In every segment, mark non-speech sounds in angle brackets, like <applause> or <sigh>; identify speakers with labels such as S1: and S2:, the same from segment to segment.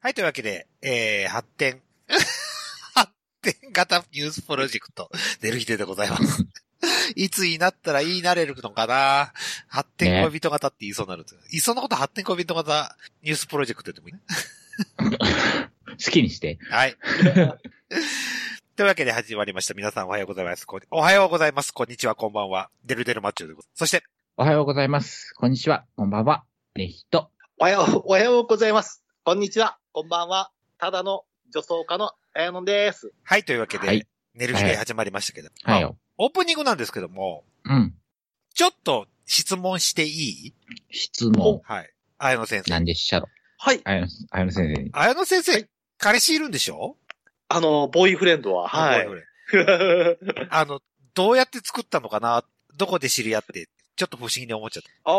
S1: はい、というわけで、えー、発
S2: <laughs>
S1: 展。発展型ニュースプロジェクト、出る日ででございます。
S2: <laughs>
S1: いつになったら言いなれるのかな発展恋人型って言いそうになるんですよ。いっそのこと発展恋人型ニュースプロジェクトでもいいね。
S2: 好きにして。 <laughs>
S1: はい。というわけで始まりました。皆さんおはようございます。こんおはようございます。こんにちは、こんばんは。デルデルマッチョでございます。そして、
S2: おはようございます。こんにちは。こんばんは。ねひと。
S3: おはよう、おはようございます。こんにちは、こんばんは。ただの女装家のあやのんです。
S1: はい、というわけで、
S2: はい
S1: 寝る日で始まりましたけど、
S2: はい
S1: まあ
S2: よ。
S1: オープニングなんですけども、
S2: うん。
S1: ちょっと質問していい
S2: 質問。
S1: はい。綾野先生。
S2: なんでっしゃろ。
S3: はい。
S2: あやの、あやの先生に。
S1: 綾野先生、
S3: はい
S1: 彼氏いるんでしょ
S3: あの、ボーイフレンドは、はい <laughs>
S1: ボーイフ。レン
S3: あ
S1: あの、どうやって作ったのかなどこで知り合って、ちょっと不思議に思っちゃっ
S3: ー、あの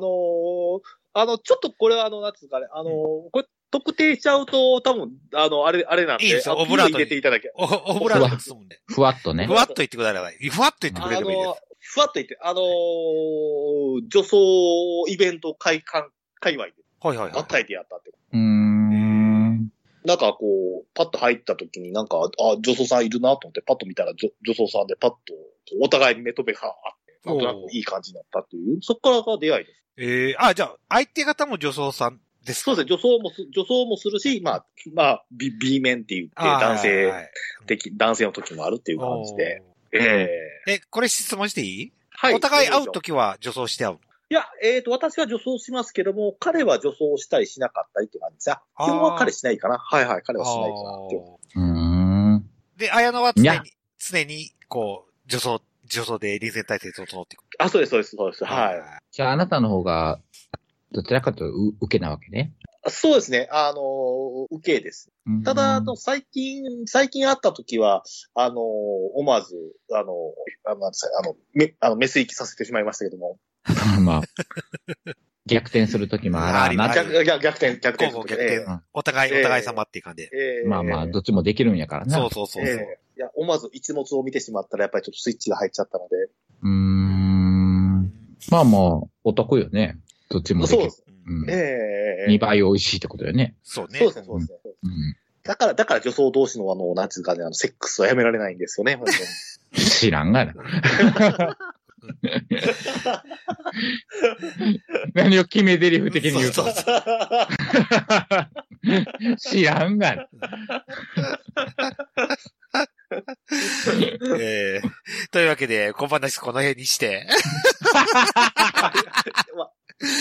S3: ーあの、ちょっとこれはあの、なんつうかね、あのーこれ特定しちゃうと、多分、あの、あれ、あれなんで、
S1: いいですよ
S3: あの
S1: オブラートに
S3: 入れていただけ。
S1: た。お、オブラートに包むんで。
S2: ふわっとね
S1: ふ。わっと言ってください。ふわっと言って
S3: あ
S1: く
S3: の
S1: れればいいで
S3: ーふわっと言って、あのー女装イベント会館、界隈で、
S1: す。はいはいは
S3: 合
S1: い。
S3: 体でやったって
S2: うーん。
S3: なんかこう、パッと入った時になんか、あ、女装さんいるなと思って、パッと見たら女女装さんで、パッと、お互い目と目があって、なんとな
S1: おう
S3: くいい感じになったっていう、そこからが出会いです。
S1: ええあ、じゃあ、相手方も女装さんです
S3: そうですね、女装もす、女装もするし、まあ、まあ、B, B 面って言って、
S1: あー
S3: 男
S1: はいはい
S3: 性
S1: はい
S3: 的、男性の時もあるっていう感じで。ええ
S1: おーえ、これ質問していい、
S3: はい。
S1: お互い会う
S3: と
S1: ときは女装して会うの
S3: いや、えっ、と、私は女装しますけども、彼は女装したりしなかったりって感じですね。
S1: あー
S3: 基本は彼しないかな。はいはい、彼はしないかなっていう。
S2: うーん。
S1: で、綾野は常
S2: に
S1: に
S2: ゃ、
S1: 常に、こう、女装、女装で臨戦態勢整っていく。
S3: あ、そうです、そうです、そうです。はい。
S2: じゃああなたの方が、どちらかというとう受けなわけね。
S3: そうですね。あの、受けです。
S2: うーん
S3: ただ、あの、、最近、最近会った時は、あの、思わず、あの、あの、なんですかあの、め、あの、メス行きさせてしまいましたけども。
S2: まあ、逆転するときもあらあな
S1: は
S2: っ
S1: い
S2: て
S3: 逆逆逆転、逆転
S1: 交互逆転
S2: うん。
S1: お互い、
S3: ええ
S1: お互い様っていう感じで。
S3: えー
S2: まあまあ、どっちもできるんやからな。
S1: そうそうそうそう。
S3: えーいや、思わず一物を見てしまったら、やっぱりちょっとスイッチが入っちゃったので。
S2: うーん。まあまあ、お得よね。どっちもでき
S3: そう
S2: る
S3: で。す。
S1: うん
S2: うん
S3: ええ
S2: 2倍美味しいってことよね。
S1: そうね。
S3: そうですね、そうですね。
S2: うん。
S3: だから、だから女装同士のあの、なんつうかね、あの、セックスはやめられないんですよね、本当に。 <laughs>
S2: 知らんがな。何を決め台詞的に言う
S1: そ
S2: と。
S1: うそう
S2: 知らんがな。
S1: え <laughs> えというわけで、小話この辺にして。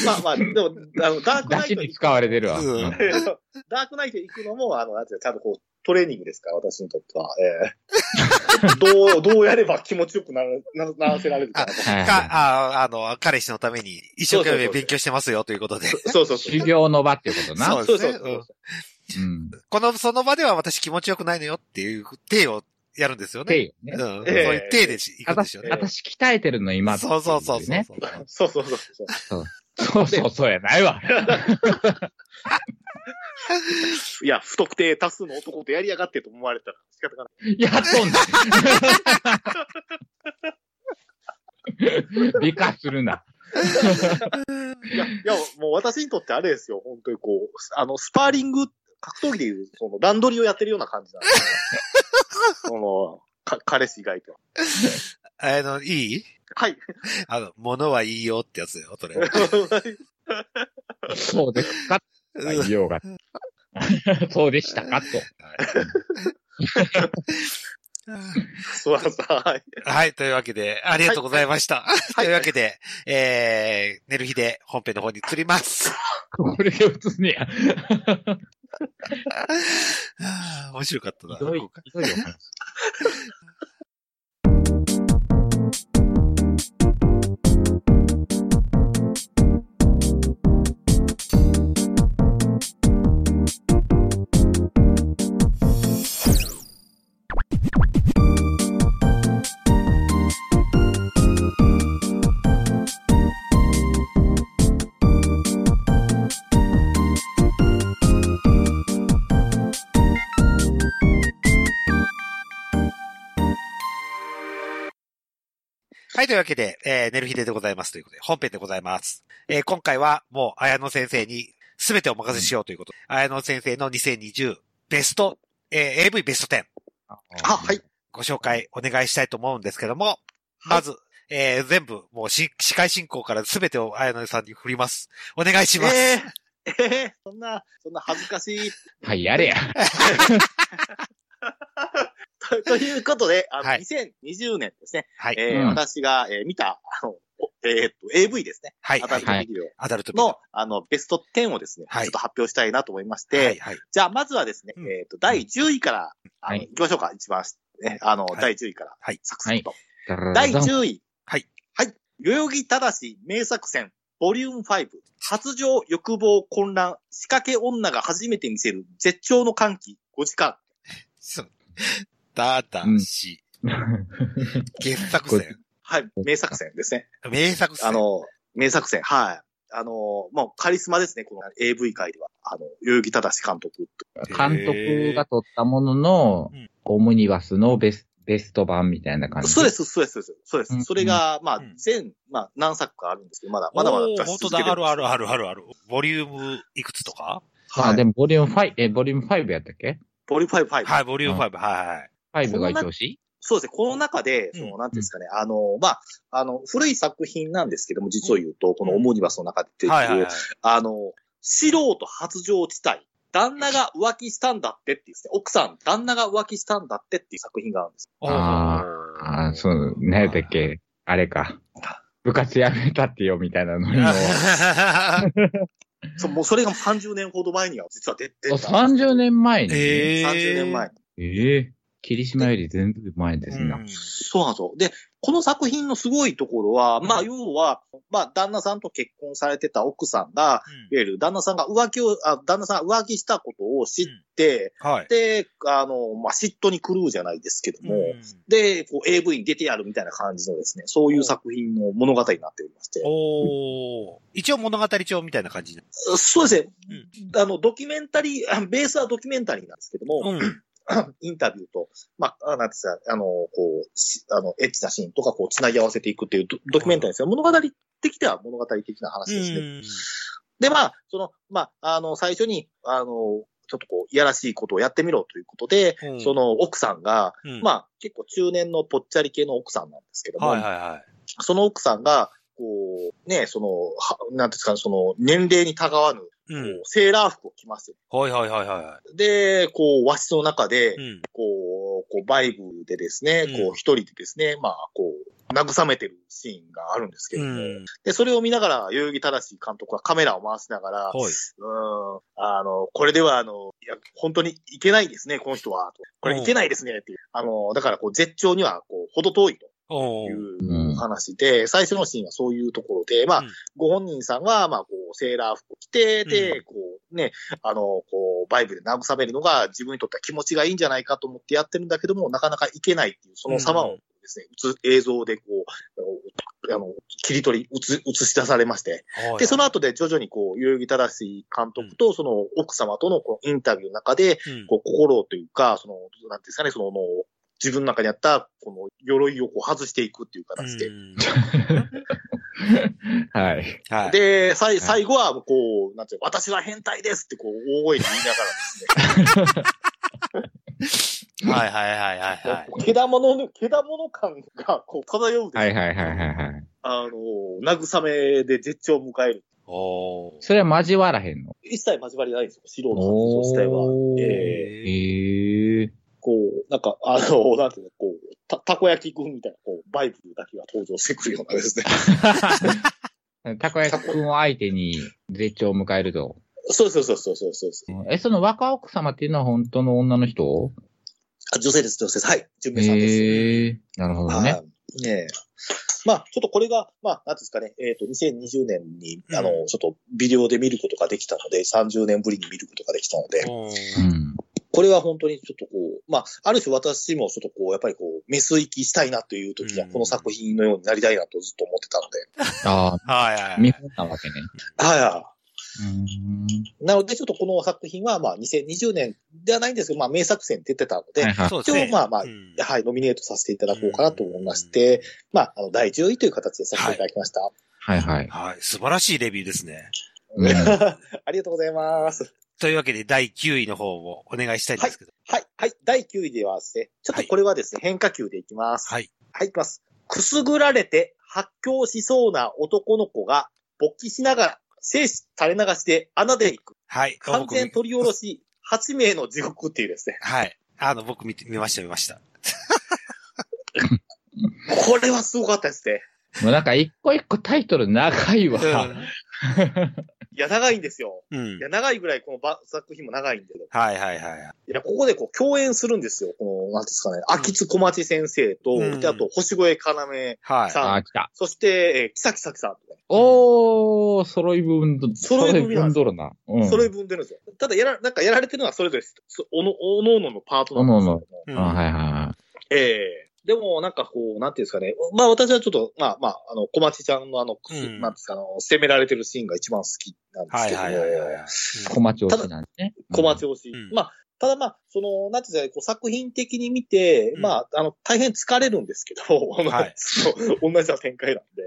S3: まあまあ、でも、あの、ダーク
S2: だ
S3: ナイ
S2: し
S3: ト
S2: に使われてるわ。
S1: う
S2: うんん
S3: <laughs> ダークナイト行くのも、あの、なんていうか、ちゃんとこう、トレーニングですから、私にとっては。ええどう、どうやれば気持ちよくなる、 <laughs> な、ならせられるかな。
S2: はい
S1: か、あ、あの、彼氏のために一生懸
S3: そうそう
S1: 命
S3: そう
S1: 勉強してますよということで。
S3: そうそうそう
S2: 修。行の場っていうこと
S1: そ
S2: な。
S1: う
S3: そう
S1: です
S3: そう
S1: ね
S3: そう。
S2: うん。
S1: この、その場では私気持ちよくないのよっていう手をやるんですよね。
S2: 手よ
S1: うん。
S2: ね。
S1: そう
S3: ええ
S1: いう手でし行くんです
S2: 私、
S1: よね。
S2: 私鍛えてるの今ってい
S1: そうそうそうそう。
S2: ね。
S3: <laughs> そうそうそうそう。
S2: そうそうそうやないわ。
S3: いや、不特定多数の男とやりやがってと思われたら仕方がない。
S2: やっとんだ。美化するな。
S3: いや、いや、もう私にとってあれですよ。本当にこう、あの、スパーリング、格闘技でいう、その、段取りをやってるような感 <laughs> じなんですよその、か、彼氏以外とは。
S1: あの、いい
S3: <laughs> はい。
S1: あの、物はいいよってやつよ、それ。
S2: そうですかとは言いようが。 <laughs> そうでしたかと。
S3: そうそう、はい。
S1: はい、というわけで、ありがとうございました。というわけで、えー、寝る日で本編の方に移ります。 <laughs>
S2: これで映すねや。
S1: はあ面白かったな。
S2: どうい
S1: 今回
S2: ひどいお話
S1: はい、というわけで、えー、寝る日ででございますということで、本編でございます。えー、今回はもう、綾野先生に、すべてお任せしようということ。綾野先生の2020ベスト、えー AV ベスト10
S3: あ、はい。。
S1: ご紹介お願いしたいと思うんですけども、まず、えー全部、もうし、司会進行からすべてを綾野さんに振ります。お願いします。
S3: えー、えー、そんな、そんな恥ずかしい。
S2: はい、やれや。
S3: <laughs> とということで、あの、
S1: はい
S3: 2020年ですね、
S1: はい。
S3: えー
S2: うん
S3: 私が、えー見た、あの、おえーっと、AV ですね。
S1: はい。は
S3: アダ
S1: い
S3: ルトビデオ
S1: アダルトビデオ
S3: の、あの、ベスト10をですね、
S1: はい
S3: ちょっと発表したいなと思いまして、
S1: はい、はい。
S3: じゃあ、まずはですね、
S1: うん
S3: えっ、と、第10位から、あの、
S2: はい
S3: 行きましょうか、一番、ね、あの、
S1: はい
S3: 第10位から、
S1: はい
S3: サクサクと。第
S2: ダダン
S3: 10位。
S1: はい。
S3: はい。代々木正名作戦、ボリューム5、発情、欲望、混乱、仕掛け女が初めて見せる絶頂の歓喜、5時間。
S1: そう。ただし、傑作戦。
S3: はい、名作戦ですね。
S1: 名作戦。
S3: あ、の、名作戦、はい。あの、もうカリスマですね、この AV 界では。あの、代々木正監督と。
S2: 監督が撮ったものの
S1: うん、
S2: オムニバスのベスベスト版みたいな感じ。
S3: そうで。す、そうです、そうです。そう
S2: う
S3: で
S2: ん
S3: す。それが、まあ
S1: うん、
S3: 全、まあ、何作かあるんですけど、まだ、まだまだ
S1: おー
S3: 出
S1: 本
S3: し
S1: 当
S3: 続けて
S1: だ、あるあ
S3: る。
S1: るあるあるある。ボリュームいくつとか
S2: あ、
S3: はい
S2: で。もボリューム5、え、ボリューム5やったっけ
S3: ボリューム5、5。
S1: はい、ボリューム5、はいはい。
S2: ?5 が一押し
S3: そうですね。この中で、
S1: うん
S3: その、なんていうんですかね、あの、まあ、あの、古い作品なんですけども、実を言うと、このオムニバスの中で出て
S1: はい
S3: く
S1: はい
S3: る
S1: はい。
S3: あの、素人発情地帯。旦那が浮気したんだってっていうですね。奥さん、旦那が浮気したんだってっていう作品があるんです。
S2: あ
S1: おー
S2: ああ、
S1: <laughs>
S2: そう、何やったっけあれか。部活やめたってよ、みたいなのにも。
S3: そうもうそれが30年ほど前には実は出て
S2: お
S3: た。
S2: 30年前に。え
S1: えー。
S3: 30年前。
S2: え霧島より全部前です
S1: う
S2: な。
S1: ん
S3: そうなんですよ。で、この作品のすごいところは、まあ、要は、まあ、旦那さんと結婚されてた奥さんが、いわゆる旦那さんが浮気を、あ旦那さんが浮気したことを知って、
S1: はい。
S3: で、あの、まあ、嫉妬に狂うじゃないですけども、
S1: うん
S3: で、こう AV に出てやるみたいな感じのですね、そういう作品の物語になっておりまして。
S1: おー一応物語帳みたいな感じ。
S3: そうですね。あの、ドキュメンタリー、ベースはドキュメンタリーなんですけども、
S1: うん。
S3: <clears throat> インタビューと、まあ、あなんていうんですか、あの、こう、しあの、エッチなシーンとか、こう、繋ぎ合わせていくっていうドドキュメンタリーですよ。物語的では物語的な話ですね。で、まあ、その、まあ、あの、最初に、あの、ちょっとこう、いやらしいことをやってみろということで、
S1: うん
S3: その奥さんが、
S1: うん
S3: まあ、結構中年のぽっちゃり系の奥さんなんですけども、
S1: はいはいはい。
S3: その奥さんが、こう、ね、その、はなんていうんですか、その、年齢にたがわぬ、こ
S1: う。
S3: うんセーラー服を着ますよ。
S1: はいはいはいは
S3: で、こう、和室の中で
S1: い。う、ん。
S3: こう、こうバイブでですね、
S1: うん
S3: こう、一人でですね、まあ、こう、慰めてるシーンがあるんですけ
S1: う
S3: ど、
S1: ん。
S3: で、それを見ながら、代々木正監督はカメラを回しながら、
S1: はい。
S3: うーん、あの、これでは、あの、いや、本当にいけないですね、この人は。とこれいけないですね、っていう。あの、だから、こう、絶頂には、こう、ほど遠いと
S1: お
S3: い
S1: ー
S2: う
S3: うん話で、最初のシーンはそういうところで、まあ、
S1: うん
S3: ご本人さんは、まあ、こう、セーラー服を着て、で、
S1: う
S3: こう、ね、あの、こう、バイブで慰めるのが自分にとっては気持ちがいいんじゃないかと思ってやってるんだけども、なかなかいけないっていう、その様
S1: う
S3: を
S1: ん
S3: ですね、映映像でこう、あの、切り取り、映映し出されまして、
S1: はい
S3: で、その後で徐々にこう、代々木正監督とその奥様とのこのインタビューの中で、
S1: うん
S3: こう、心というか、その、なんていうんですかね、その、自分の中にあった、この、鎧をこう外していくっていう形で
S1: う、ん
S2: はい。
S1: はい。
S3: で、さい最後は、こう、なんていうの私は変態ですって、こう、大声で言いながらですね。
S1: はいはいはいはいはい。
S3: けだものの、けだもの感が、こう、漂うです、
S2: はいはいはいはいはい。
S3: あの、慰めで絶頂を迎える。
S1: おー
S2: それは交わらへんの
S3: 一切交わりないんですよ、素人の
S2: お
S3: 発情自体
S2: ー
S3: は。え
S2: え
S3: え
S2: え
S3: こう、なんか、あの、なんていうの、こう、た、たこ焼き軍みたいな、こう、バイブだけが登場してくるようなですね。
S2: たこ焼きくんを相手に絶頂を迎えると。
S3: そうそうそうそうそうそうそう
S2: え、その若奥様っていうのは本当の女の人
S3: あ女性です、女性です。はい、純平さんです。
S2: ええなるほどね。
S3: はい。ねえ。まあ、ちょっとこれが、まあ、なんていうんですかね、えっ、と、2020年に、あの
S1: うん、
S3: ちょっとビデオで見ることができたので、30年ぶりに見ることができたので、
S1: おー
S2: うん。
S3: これは本当にちょっとこう、まあ、ある種私もちょっとこう、やっぱりこう、メス行きしたいなという時には、
S1: うん
S3: この作品のようになりたいなとずっと思ってたので、
S2: あ
S1: はいはいは
S2: あ、
S1: い。
S2: 見本なわけね。
S3: はいはい。
S2: うん。
S3: なので、ちょっとこの作品は、まあ、2020年ではないんですけど、まあ、名作戦出てたので、
S2: は
S3: はいい、
S2: はい。
S1: そうですね。
S3: 一応まあまあ
S1: うん
S3: ノミネートさせていただこうかなと思いまして、、まあ、あの、第10位という形でさせていただきました。
S2: はいはい。
S1: はい。素晴らしいレビューですね。
S2: うん
S3: <laughs> ありがとうございます。
S1: というわけで、第9位の方をお願いしたいんですけど。
S3: はい、はい、第9位ではですね、ちょっとこれはですね、変化球でいきます。
S1: はい。
S3: はい、いきます。くすぐられて発狂しそうな男の子が、勃起しながら、精子垂れ流して穴で行く。
S1: はい。
S3: 完全
S1: 僕
S3: 取り下ろし、8名の地獄っていうですね。
S1: はい。あの、僕見て、見ました、見ました。
S3: これはすごかったですね。
S2: もうなんか一個一個タイトル長いわ。
S3: いや、長いんですよ。
S1: うん。うん
S3: いや、長いぐらいこのば作品も長いんだけど。
S1: はいはいはい。
S3: いや、ここでこう共演するんですよ。この、なんていうんですかね、秋津小町先生と、
S1: うん
S3: で、あと、星越かなめ
S1: はい。
S3: さん、
S2: あー、来た。
S3: そして、えー、木崎咲さんとね、
S2: おー、揃い分ど、
S3: 揃い踏みなんで
S2: 揃い分
S3: す
S2: どるな。うん。
S3: それ分出るんですよ。ただ、やら、なんかやられてるのはそれぞれです、そおの、おのおののパートなんですけども。
S1: うん
S2: あはいはいはい。
S3: ええでも、なんかこう、なんていうんですかね。まあ私はちょっと、まあまあ、あの、小町ちゃんのあの、くす
S1: うん
S3: なんですか、あの、攻められてるシーンが一番好きなんです
S1: は
S3: け
S1: い
S3: ども。
S1: はいはいはい。
S2: 小町推しなんですね。
S3: 小町推し。
S1: うん
S3: まあ、ただまあ、その、なんていうんですかね、こう作品的に見て、
S1: うん
S3: まあ、あの、大変疲れるんですけど、 <laughs>
S1: はい
S3: その同じような展開なんで。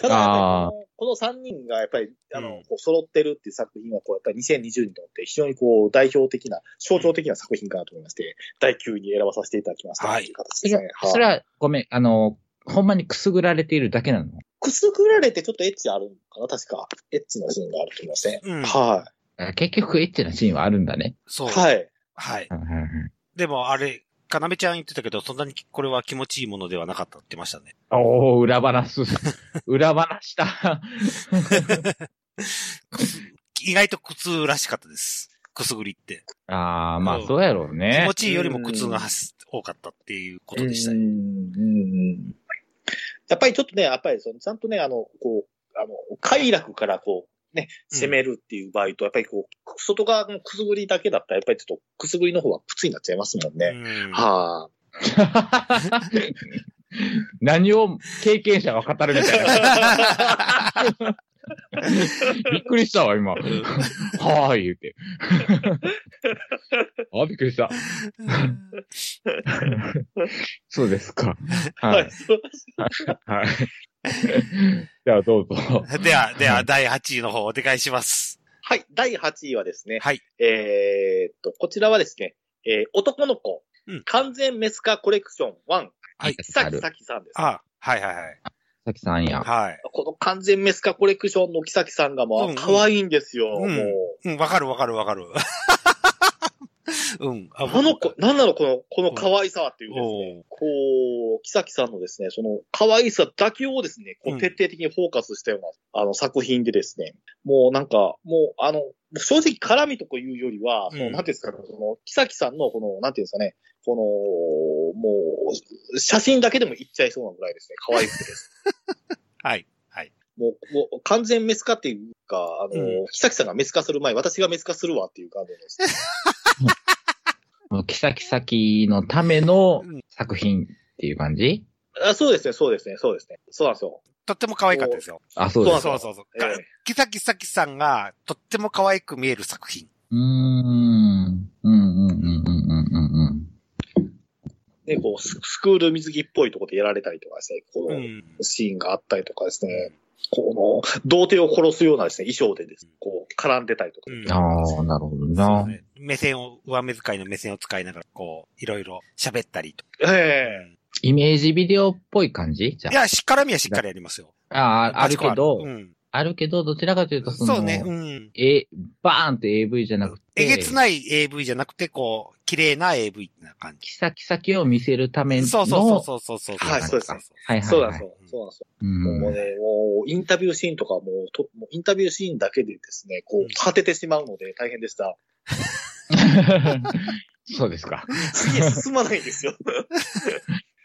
S3: ただやっぱりこの、この3人がやっぱり、あ
S1: うん
S3: の、こう揃ってるっていう作品は、こう、やっぱり2020年にとって非常にこう、代表的な、象徴的な作品かなと思いまして、第9位に選ばさせていただきました。
S1: はい
S3: とう形
S2: そ
S3: ですね
S2: れ。それ
S3: はい
S2: は、ごめん、あの、ほんまにくすぐられているだけなの
S3: くすぐられてちょっとエッチあるのかな確か。エッチのシーンがあると思いますね。
S1: うん。
S3: は
S2: あ結局、エッチなシーンはあるんだね。
S1: そ
S3: い。
S1: う。
S3: はい。
S1: はい。
S2: はいはいはい
S1: でも、あれ、かなめちゃん言ってたけど、そんなにこれは気持ちいいものではなかったって言ってましたね。
S2: おー、裏話、裏話だ。
S1: 意外と苦痛らしかったです。くすぐりって。
S2: あー、ま
S1: う
S2: あ、
S1: ん
S2: そうやろう
S1: 気
S2: ね
S1: 持。ちいいよりも苦痛が多かったっていうことでした
S3: うん
S1: よ。
S3: うんうんやっぱりちょっとね、やっぱりその、ちゃんとね、あの、こう、あの、快楽からこう、ね、
S1: うん
S3: 攻めるっていう場合と、やっぱりこう、外側のくすぐりだけだったら、やっぱりちょっとくすぐりの方は苦痛になっちゃいますもんね。
S1: うん
S3: はあ。
S2: <laughs> 何を経験者が語るみたいな。びっくりしたわ、今。は
S1: うん
S2: ーい、言うて。あ、びっくりした。そうですか。は
S3: はいい。。
S2: はい。 <laughs> じゃあ、どうぞ。
S1: では、では、第8位の方お願いします。
S3: はい。第8位はですね、
S1: はい。
S3: えーっと、こちらはですね、えー男の子、
S1: うん
S3: 完全メス化コレクション1、
S1: はい
S3: 木崎咲さんです。
S1: あ、はいはいはい。
S2: さきさんや。
S1: はい。
S3: この完全メス化コレクションの木崎さんが
S1: う
S3: も
S1: んう
S3: うん可愛いんですよ、
S1: うん
S3: も
S1: う
S3: う。
S1: ん、わかるわかるわかる。 <laughs> うん。あ
S3: この子、なんなのこの、この可愛さはっていうですね、
S1: おー
S3: こう、木崎さんのですね、その可愛さだけをですね、こ
S1: うん
S3: う徹底的にフォーカスしたような、あの作品でですね、もうなんか、もうあの、正直絡みとかいうよりは、
S1: うん
S3: そのなんていうんですかね、その、木崎さんのこの、なんていうんですかね、この、もう、写真だけでもいっちゃいそうなぐらいですね、可愛く
S1: <laughs>
S3: てです。
S1: はい。はい。
S3: もう、もう完全メス化っていうか、あの、
S1: う
S3: 木崎さんがメス化する前、私がメス化するわっていう感じです。
S1: <laughs>
S2: もう、キサキサキのための
S1: うん
S2: 作品っていう感じ
S3: あそうですね、そうですね、そうですね。そうなんですよ。
S1: とっても可愛かったですよ。
S2: あ、そう
S3: お
S2: で
S1: そ
S2: す
S1: う。そうそうそう。
S3: ええ
S1: キサキサキさんがとっても可愛く見える作品。
S2: うーん。うんうんうんうんうんうんうん。
S3: ね、こう、ススクール水着っぽいとこでやられたりとかですね、こ
S1: う
S3: の
S1: ん。
S3: シーンがあったりとかですね、この、童貞を殺すようなですね、衣装でですね、こう、絡んでたりとか。
S1: うん
S2: ああ、なるほど
S1: そ
S2: な
S1: う。ね目線を、上目遣いの目線を使いながら、こう、いろいろ喋ったりと。
S3: ええ
S2: イメージビデオっぽい感じじゃ
S1: いや、しっからみはしっかりやりますよ。
S2: あ。ああ、あるけど、
S1: うん
S2: あるけど、どちらかというと、その、
S1: そうね。うん。
S2: え、バーンって AV じゃなくて、
S1: えげつない AV じゃなくて、こう、綺麗な AV な感じ。
S2: キサキサキを見せるための、
S1: そうそうそうそうそう。
S3: はいそうです
S2: はいはい、はい。
S3: そうなんですよ。そうなんですよ。
S2: うん
S3: もうね、もう、インタビューシーンとかもうと、もうインタビューシーンだけでですね、こ
S1: うん
S3: う、果ててしまうので大変でした。
S2: <laughs> そうですか。
S3: 次へ進まないんですよ。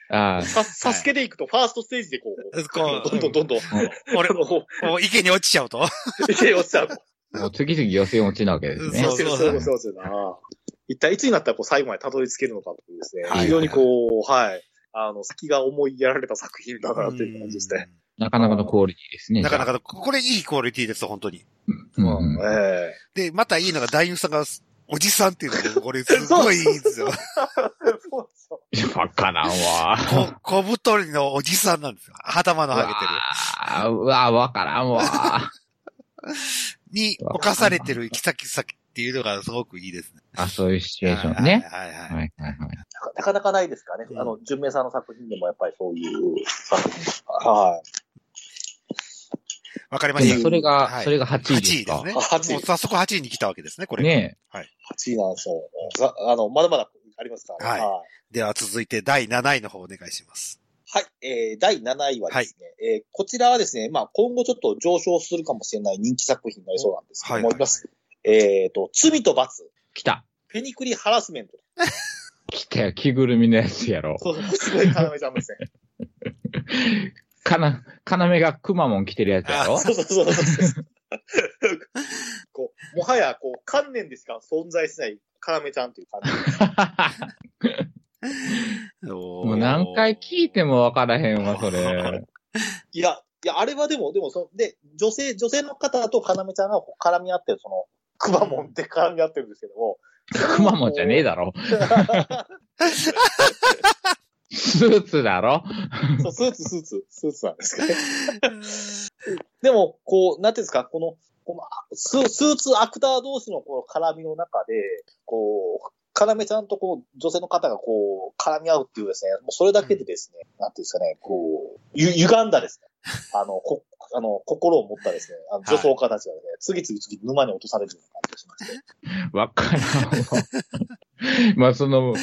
S2: あ
S3: ササスケで行くと、ファーストステージでこう、
S1: こう
S3: どんどんどんどん、 <laughs>
S1: 俺、も
S3: こ
S1: う池に落ちちゃうと。
S3: う、いけ落ちちゃう。
S2: あ、もう次々予選落ちなわけですね。
S1: そ
S3: そうう
S1: そう
S3: そ
S1: そ
S3: うそううそうそう一体いつになったらこう最後までたどり着けるのかっていうですね
S1: はいはいは。い
S3: 非常にこう、はい。あの、隙が思いやられた作品だなっていう感じですね。
S2: なかなかのクオリティです
S1: う
S2: ね。
S1: んなかなかの、
S2: か。
S1: これいいクオリティです、本当に。
S2: うんうん
S3: え
S1: で、またいいのが、大夫さんが、おじさんっていうのが、これすごいいいです
S2: <laughs>
S1: よ。
S3: えそうそう
S2: わからんわ。
S1: こ小太りのおじさんなんですよ。頭のハゲてる。 <laughs>
S2: うわーうわーわからんわ。
S1: に侵されてる行き先先っていうのがすごくいいですね。
S2: あ、そういうシチュエーションね。
S1: はいはいはいはい。
S2: はいはいはい。
S3: なかなかないですからね。
S1: うん
S3: あの、純明さんの作品でもやっぱりそういう作品。はい。
S1: わかりま
S2: で
S1: した。
S2: もそれが、
S1: はい
S2: それが8位
S1: 8
S2: です
S1: 位です
S2: か。
S1: ね。
S3: あ8位
S1: もう早速8位に来たわけですね、これ。
S2: ね
S3: 8位なんですよ。ざあの、まだまだありますからね。
S1: はい
S3: はい
S1: では続いて第7位の方お願いします。
S3: はい。えー、第7位はですね、えーこちらはですね、まあ、今後ちょっと上昇するかもしれない人気作品になりそうなんですけども、います。えーと、罪と罰、
S2: 来た。
S3: フェニクリハラスメント。
S2: 来たよ。着ぐるみのやつやろ。
S3: そう、すごい要さんですね。
S2: かな、かなめがくまモン着てるやつやろ
S3: そうそうそうそう。こう、もはや、こう、観念でしか存在しない、要ちゃんという感じ。
S2: も
S1: も
S2: う何回聞いて
S1: も。
S2: もわからへんわ、
S1: <laughs>
S2: それ。
S3: いや、いや、あれはでも、でもその、で、女性、女性の方と要ちゃんがこう絡み合ってる、その、くまモンって絡み合ってるんですけども、
S2: くまモンじゃねえだろ。スーツだろ
S3: <laughs> そう、スーツ、スーツ、スーツなんですけど、ね、でも、こう、なんていうんですか、この、このあススーツアクター同士のこの絡みの中で、こう、要ちゃんとこう、女性の方がこう、絡み合うっていうですね、もうそれだけでですね、なんていうんですかね、こう、ゆ、歪んだですね、あの、こ、あの、心を持ったですね、あの
S1: はい
S3: 女装家たちがね、次々次々沼に落とされるような感じがしまし
S2: わ
S3: て。
S2: <laughs> からんわ。まあ、その、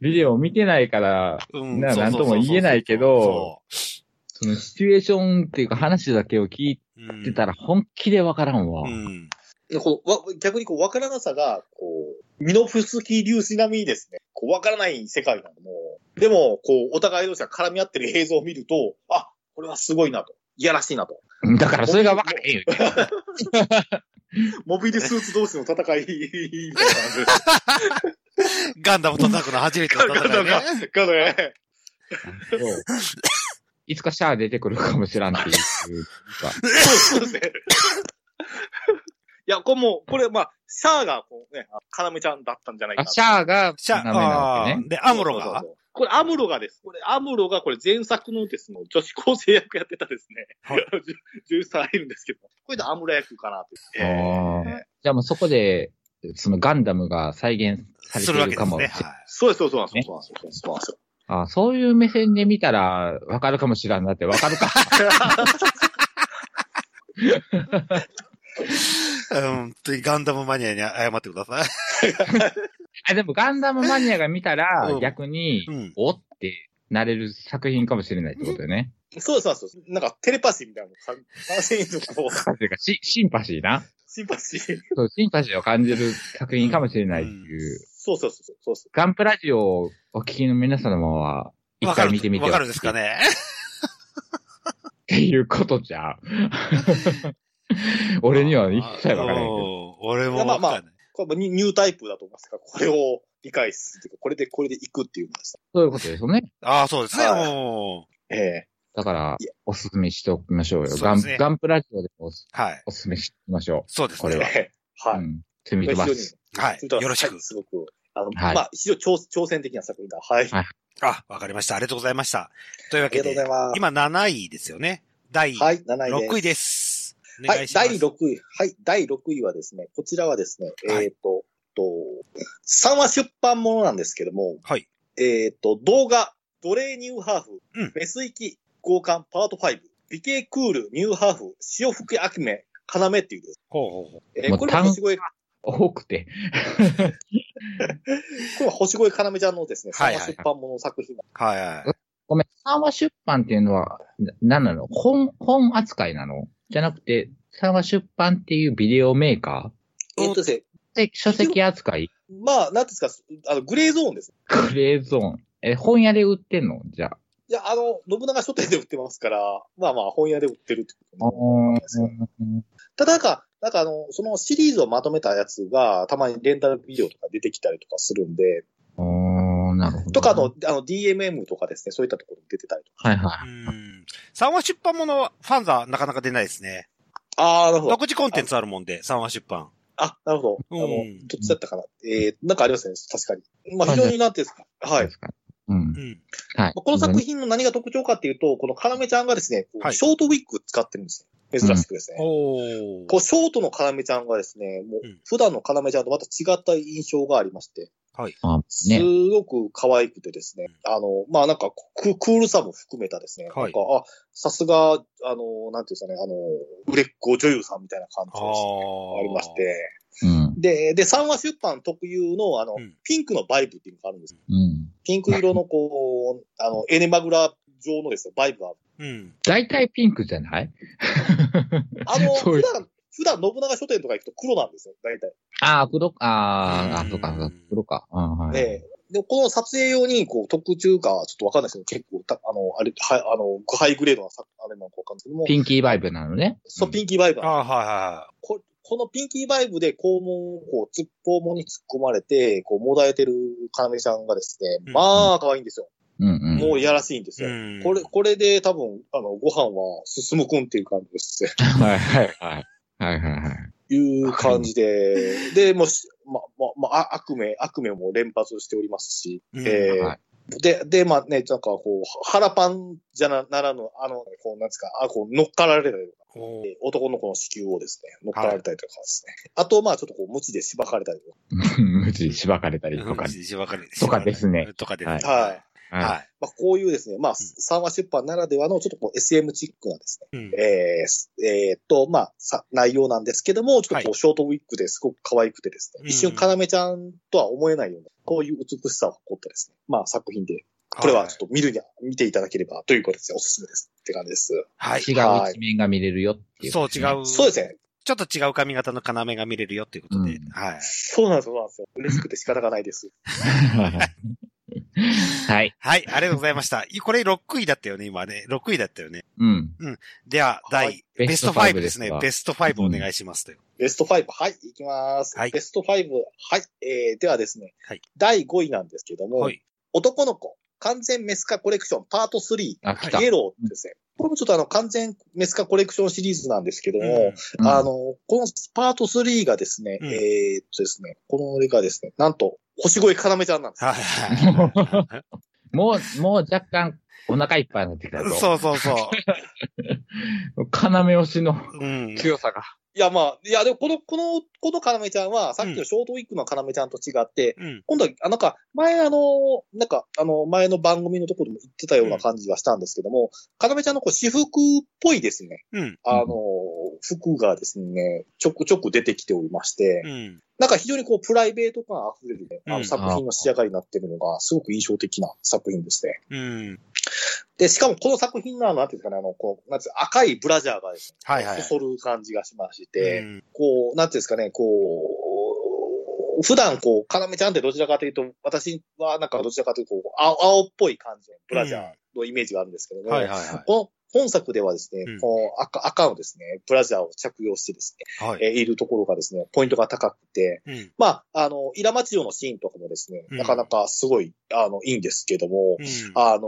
S2: ビデオを見てないから、
S1: <laughs> うん
S2: ななんとも言えないけど、そのシチュエーションっていうか話だけを聞い
S1: そうそうそうそううん
S2: てたら本気でわからんわ
S1: う。ん。
S3: でこうわ逆にこう、わからなさが、こう、ミノフスキー粒子並みにですね、こう、わからない世界なんで、もう、でも、こう、お互い同士が絡み合ってる映像を見ると、あ、これはすごいなと。いやらしいなと。
S2: だからそれがわからへんよ。
S3: モビルスーツ同士の戦い、みたいな感じで
S1: ガンダムとザクの初めての戦いね。
S3: すかね。
S2: そういつかシャア出てくるかもしらんっていうか。
S3: そうですね。いや、これもう、これ、まあ、シャアが、こうね、カナちゃんだったんじゃないか
S2: あ、
S3: な。
S2: シャアが、
S1: じゃあ、
S2: ダメなわ
S1: あ
S2: けね
S1: ーで、アムロ
S3: そうそう
S1: が
S3: そうこれ、アムロがです。これ、アムロが、これ、前作のですね、女子高生役やってたですね、
S1: はい
S3: <laughs> 女優さんいるんですけど、これでアムロ役かなと。
S2: あーじゃあもうそこで、そのガンダムが再現され
S1: するわ
S2: て
S1: けで
S2: るか
S1: す
S2: も。
S1: ね。はい
S3: そうです、そうですそうなんですよ、そうなんですよ。
S2: あそういう目線で見たら、わかるかもしらんなって、わかる <laughs> か。
S1: うん本当にガンダムマニアに謝ってください。
S2: あ、でもガンダムマニアが見たら
S1: う、ん
S2: 逆に
S1: う、ん。
S2: おってなれる作品かもしれないってことよね。
S3: そうです、そうですそうです。なんか、テレパシーみたいなの感感じのこう、
S2: というか、シシンパシーな。
S3: シンパシー。
S2: そう、シンパシーを感じる作品かもしれないっていう。
S3: そうそうそう、そうです。
S2: ガンプラジオをお聞きの皆様は、一
S1: わか
S2: 回
S1: る
S2: 見てみて
S1: わかるんですかね。
S2: っていうことじ
S1: <laughs>
S2: ゃう。俺には一切わからないけど。
S1: おー俺もわかんない。
S3: これもニニュータイプだと思いますが、これを理解するというか、これで、これでいくっていうんです。
S2: そういうことですよね。
S1: ああ、そうですね。
S3: はい
S1: も
S3: ええ
S2: だから
S3: いや、
S2: おすすめしておきましょうよ。
S1: そう
S2: ガ
S1: で
S2: ン
S1: すね
S2: ガンプラジオでもおす
S1: うはい。
S2: おすすめしておきましょ
S1: そうです
S2: これ
S1: ね。
S2: は
S3: ええ
S2: う。
S3: は
S2: う
S3: い。
S2: ん。セミ飛ばす。
S1: はい。よろし
S3: は
S1: く
S3: い。すごく、あの、
S2: はい
S3: まあ、一応挑挑戦的な作品だ。はい。
S2: はい
S1: あ、わかりました。ありがとうございました。というわ
S3: あり
S1: け
S3: がとう
S1: で
S3: ご、ざいます。
S1: 今7位ですよね。第
S3: は
S1: 6
S3: い、7位です。
S1: 位です。お
S3: は
S1: 願
S3: い
S1: い、します。
S3: 第6位。はい、第6位はですね、こちらはですね、
S1: はい
S3: えっ、と、と、3話出版ものなんですけども、
S1: はい。
S3: えっ、と、動画、奴隷ニューハーフ、
S1: うん
S3: メス行き、交換、パート5、美形クール、ニューハーフ、潮吹き、秋め、要っていうです。
S1: ほうほうほう。
S3: えー
S2: もう
S3: これは
S2: 単
S3: 星越え、こ
S2: 多くて。
S3: れは星越え要ちゃんのですね、
S1: はいは
S3: 3
S1: い
S3: 話出版ものの作品なんで
S1: はいはい。
S2: ごめん、三話出版っていうのは、な何なの本、本扱いなのじゃなくて、三話出版っていうビデオメーカ
S3: すえっ、とですね、
S2: ーで書籍扱い
S3: まあ、なんていうんですか、あの、グレーゾーンです。
S2: グレーゾーン。え、本屋で売ってんのじゃあ。
S3: いや、あの、信長書店で売ってますから、まあまあ、本屋で売ってるってことになるんですけどただなんか、なんかあの、そのシリーズをまとめたやつが、たまにレンタルビデオとか出てきたりとかするんで、
S2: おー、なるほど。
S3: とかあの、あの DMM とかですね、そういったところに出てたりとか。
S2: はいは
S1: うん。3話出版もの、ファンザなかなか出ないですね。
S3: ああ、なるほど
S1: 独。自コンテンツあるもんで、3話出版。
S3: あ、なるほど。あの
S1: うん、
S3: どっちだったかな。えー、なんかありますね、確かに。まあ、非常になんていうんですか。
S2: い。
S3: はい。ま
S2: 確かに。う
S1: う。
S2: ん
S1: ん。
S2: はい。
S3: あこの作品の何が特徴かっていうと、この要ちゃんがですね、こう
S1: はい
S3: ショートウィッグ使ってるんですよ。珍しくですね。
S1: お
S3: こう、ショートの要ちゃんがですね、もう
S1: うん、
S3: 普段の要ちゃんとまた違った印象がありまして、
S2: あ
S3: す
S2: ね。
S3: ごく可愛くてですね、あの、まあ、なんかク、クールさも含めたですね、
S1: はい
S3: なんか、あ、さすが、あの、なんていうんですかね、あの、売れっ子女優さんみたいな感じですね、
S1: あ
S3: ありまし。て、
S2: うん。
S3: で、で、三話出版特有の、あの、
S1: うん
S3: ピンクのバイブっていうのがあるんです。
S2: うん。
S3: ピンク色の、こう、あの、エネマグラ状のですね、バイブが
S1: うん。
S2: 大体ピンクじゃない
S3: あの、
S2: そうい
S3: 普
S2: う
S3: 段、普段信長書店とか行くと黒なんですよ、大体。
S2: ああ、黒、あー
S1: う
S2: あ、
S1: ん
S2: そうか、そうか黒か。うん、はい。
S3: で、で、この撮影用に、こう、特注か、ちょっとわかんないですけど、結構た、あの、あれ、はあの、ハイグレードなさ、あれなのかわかんないですけども、
S2: ピンキーバイブなのね。
S3: そう、ピンキーバイブ
S1: あ
S3: なんです
S1: あー、は
S3: ここのピンキーバイブで肛門をこう、突っ方門に突っ込まれて、こう、もだえてる要さんがです
S1: う
S3: ね、
S1: ん
S3: まあ、可愛いんですよ。
S2: うんうん。
S3: もういやらしいんです
S1: いは
S3: よ
S1: い。。うん
S3: これ、、これで多分、あの、ご飯は進むくんっていう感じですね。
S2: はいはいはい。はいはいはい。
S3: いう感じで、で、もうし、ま、ま、まあ、悪名、悪名も連発しておりますし、
S1: うん
S3: えー
S2: は
S3: で、で、まあね、なんかこう、腹パンじゃなならぬ、あの、こう、なんですか、あ、こう、乗っかられたりとか、
S1: おー
S3: えー男の子の子宮をですね、乗っかられたりとかですね。あと、まあ、ちょっとこう、無知でしばかれたりと
S2: <laughs> 無知しばかれたりとか。
S1: しばかり
S2: とかですね。
S1: とかで
S2: は
S1: す
S2: い
S3: か。はい。
S1: は。
S2: はい
S3: まあ、こういうですね、まあ、三話出版ならではの、ちょっとこう、SM チックなですね、
S1: うん
S3: えーすえーっと、まあ、さ、内容なんですけども、ちょっと
S1: は
S3: こう、ショートウィッグですごく可愛くてですね、
S1: うん
S3: 一瞬、要ちゃんとは思えないような、こういう美しさを誇ったですね、まあ、作品で、これはちょっと見るには、見ていただければということですね、おすすめですって感じです。
S1: はい。
S2: い。違
S3: は
S2: う
S3: い
S2: 一面が見れるよっていう。
S1: そう、違う。
S3: そうですね。
S1: ちょっと違う髪型の要が見れるよっていうことで
S2: うん。
S1: はい。
S3: そうなんですよ、そうなんですよ。嬉しくて仕方がないです。
S2: <laughs> はい。
S1: はい、ありがとうございま
S2: <laughs>
S1: した。いこれ6位だったよね、今ね。6位だったよね。
S2: うん。
S1: では、
S3: はい
S1: 第、ベ
S2: ベ
S1: ス
S2: ス
S1: ト
S2: ト
S1: 5
S2: 5
S1: で
S2: ですす
S1: ね
S2: が。
S1: ベスト5お願いしますという。
S3: ベスト5、はい、いきます。
S1: はい
S3: ベスト5、はい、えー、ではですね、
S1: はい
S3: 第5位なんですけども、
S1: はい。
S3: 男の子、完全メスカコレクションパート3、
S2: あ、来た
S3: イ。エローですね。これもちょっとあの、完全メスカコレクションシリーズなんですけど
S1: うん
S3: も、あの、このパート3がですね、
S1: うん
S3: えーっとですね、この絵がですね、なんと、星越え要ちゃんなんで
S2: <laughs>
S3: す。
S1: はいはいはい。
S2: もう、もう若干お腹いっぱいになってきたぞ。
S1: そうそうそ
S2: 要押しの
S1: う。うん。
S2: 強さが。
S3: いや、まあ、いや、でもこの、この、この要ちゃんは、さっきのショートウィッグの要ちゃんと違って、
S1: うん。
S3: 今度は、あなんか、前あの、なんか、あの、前の番組のところでも言ってたような感じはしたんですけども、要ちゃんのこう私服っぽいですね、
S1: うん。
S3: あの、服がですね、ちょくちょく出てきておりまして、
S1: うん。
S3: なんか非常にこう、プライベート感あふれる、ね、あ
S1: うん
S3: の作品の仕上がりになってるのが、すごく印象的な作品ですね。
S1: うん。
S3: で、しかもこの作品の、あのなんていうんですかね、あの、こう、なんていうか赤いブラジャーがですね、
S1: はいはい。
S3: そそる感じがしまし
S1: う
S3: て、
S1: ん
S3: こう、なんていうんですかね、こう、普段こう、かなめちゃんってどちらかというと、私はなんかどちらかというと、こう青青っぽい感じのブラジャーのイメージがあるんですけども、
S1: はいはいは
S3: この本作ではですね、
S1: うん
S3: こう赤赤のですね、ブラジャーを着用してです
S1: い。はい。
S3: ね、えーいるところがですね、ポイントが高くて、
S1: うん。
S3: まあ、あの、イラマチオのシーンとかもですね、
S1: うん
S3: なかなかすごい、あの、いいんですけども、
S1: うん
S3: あの、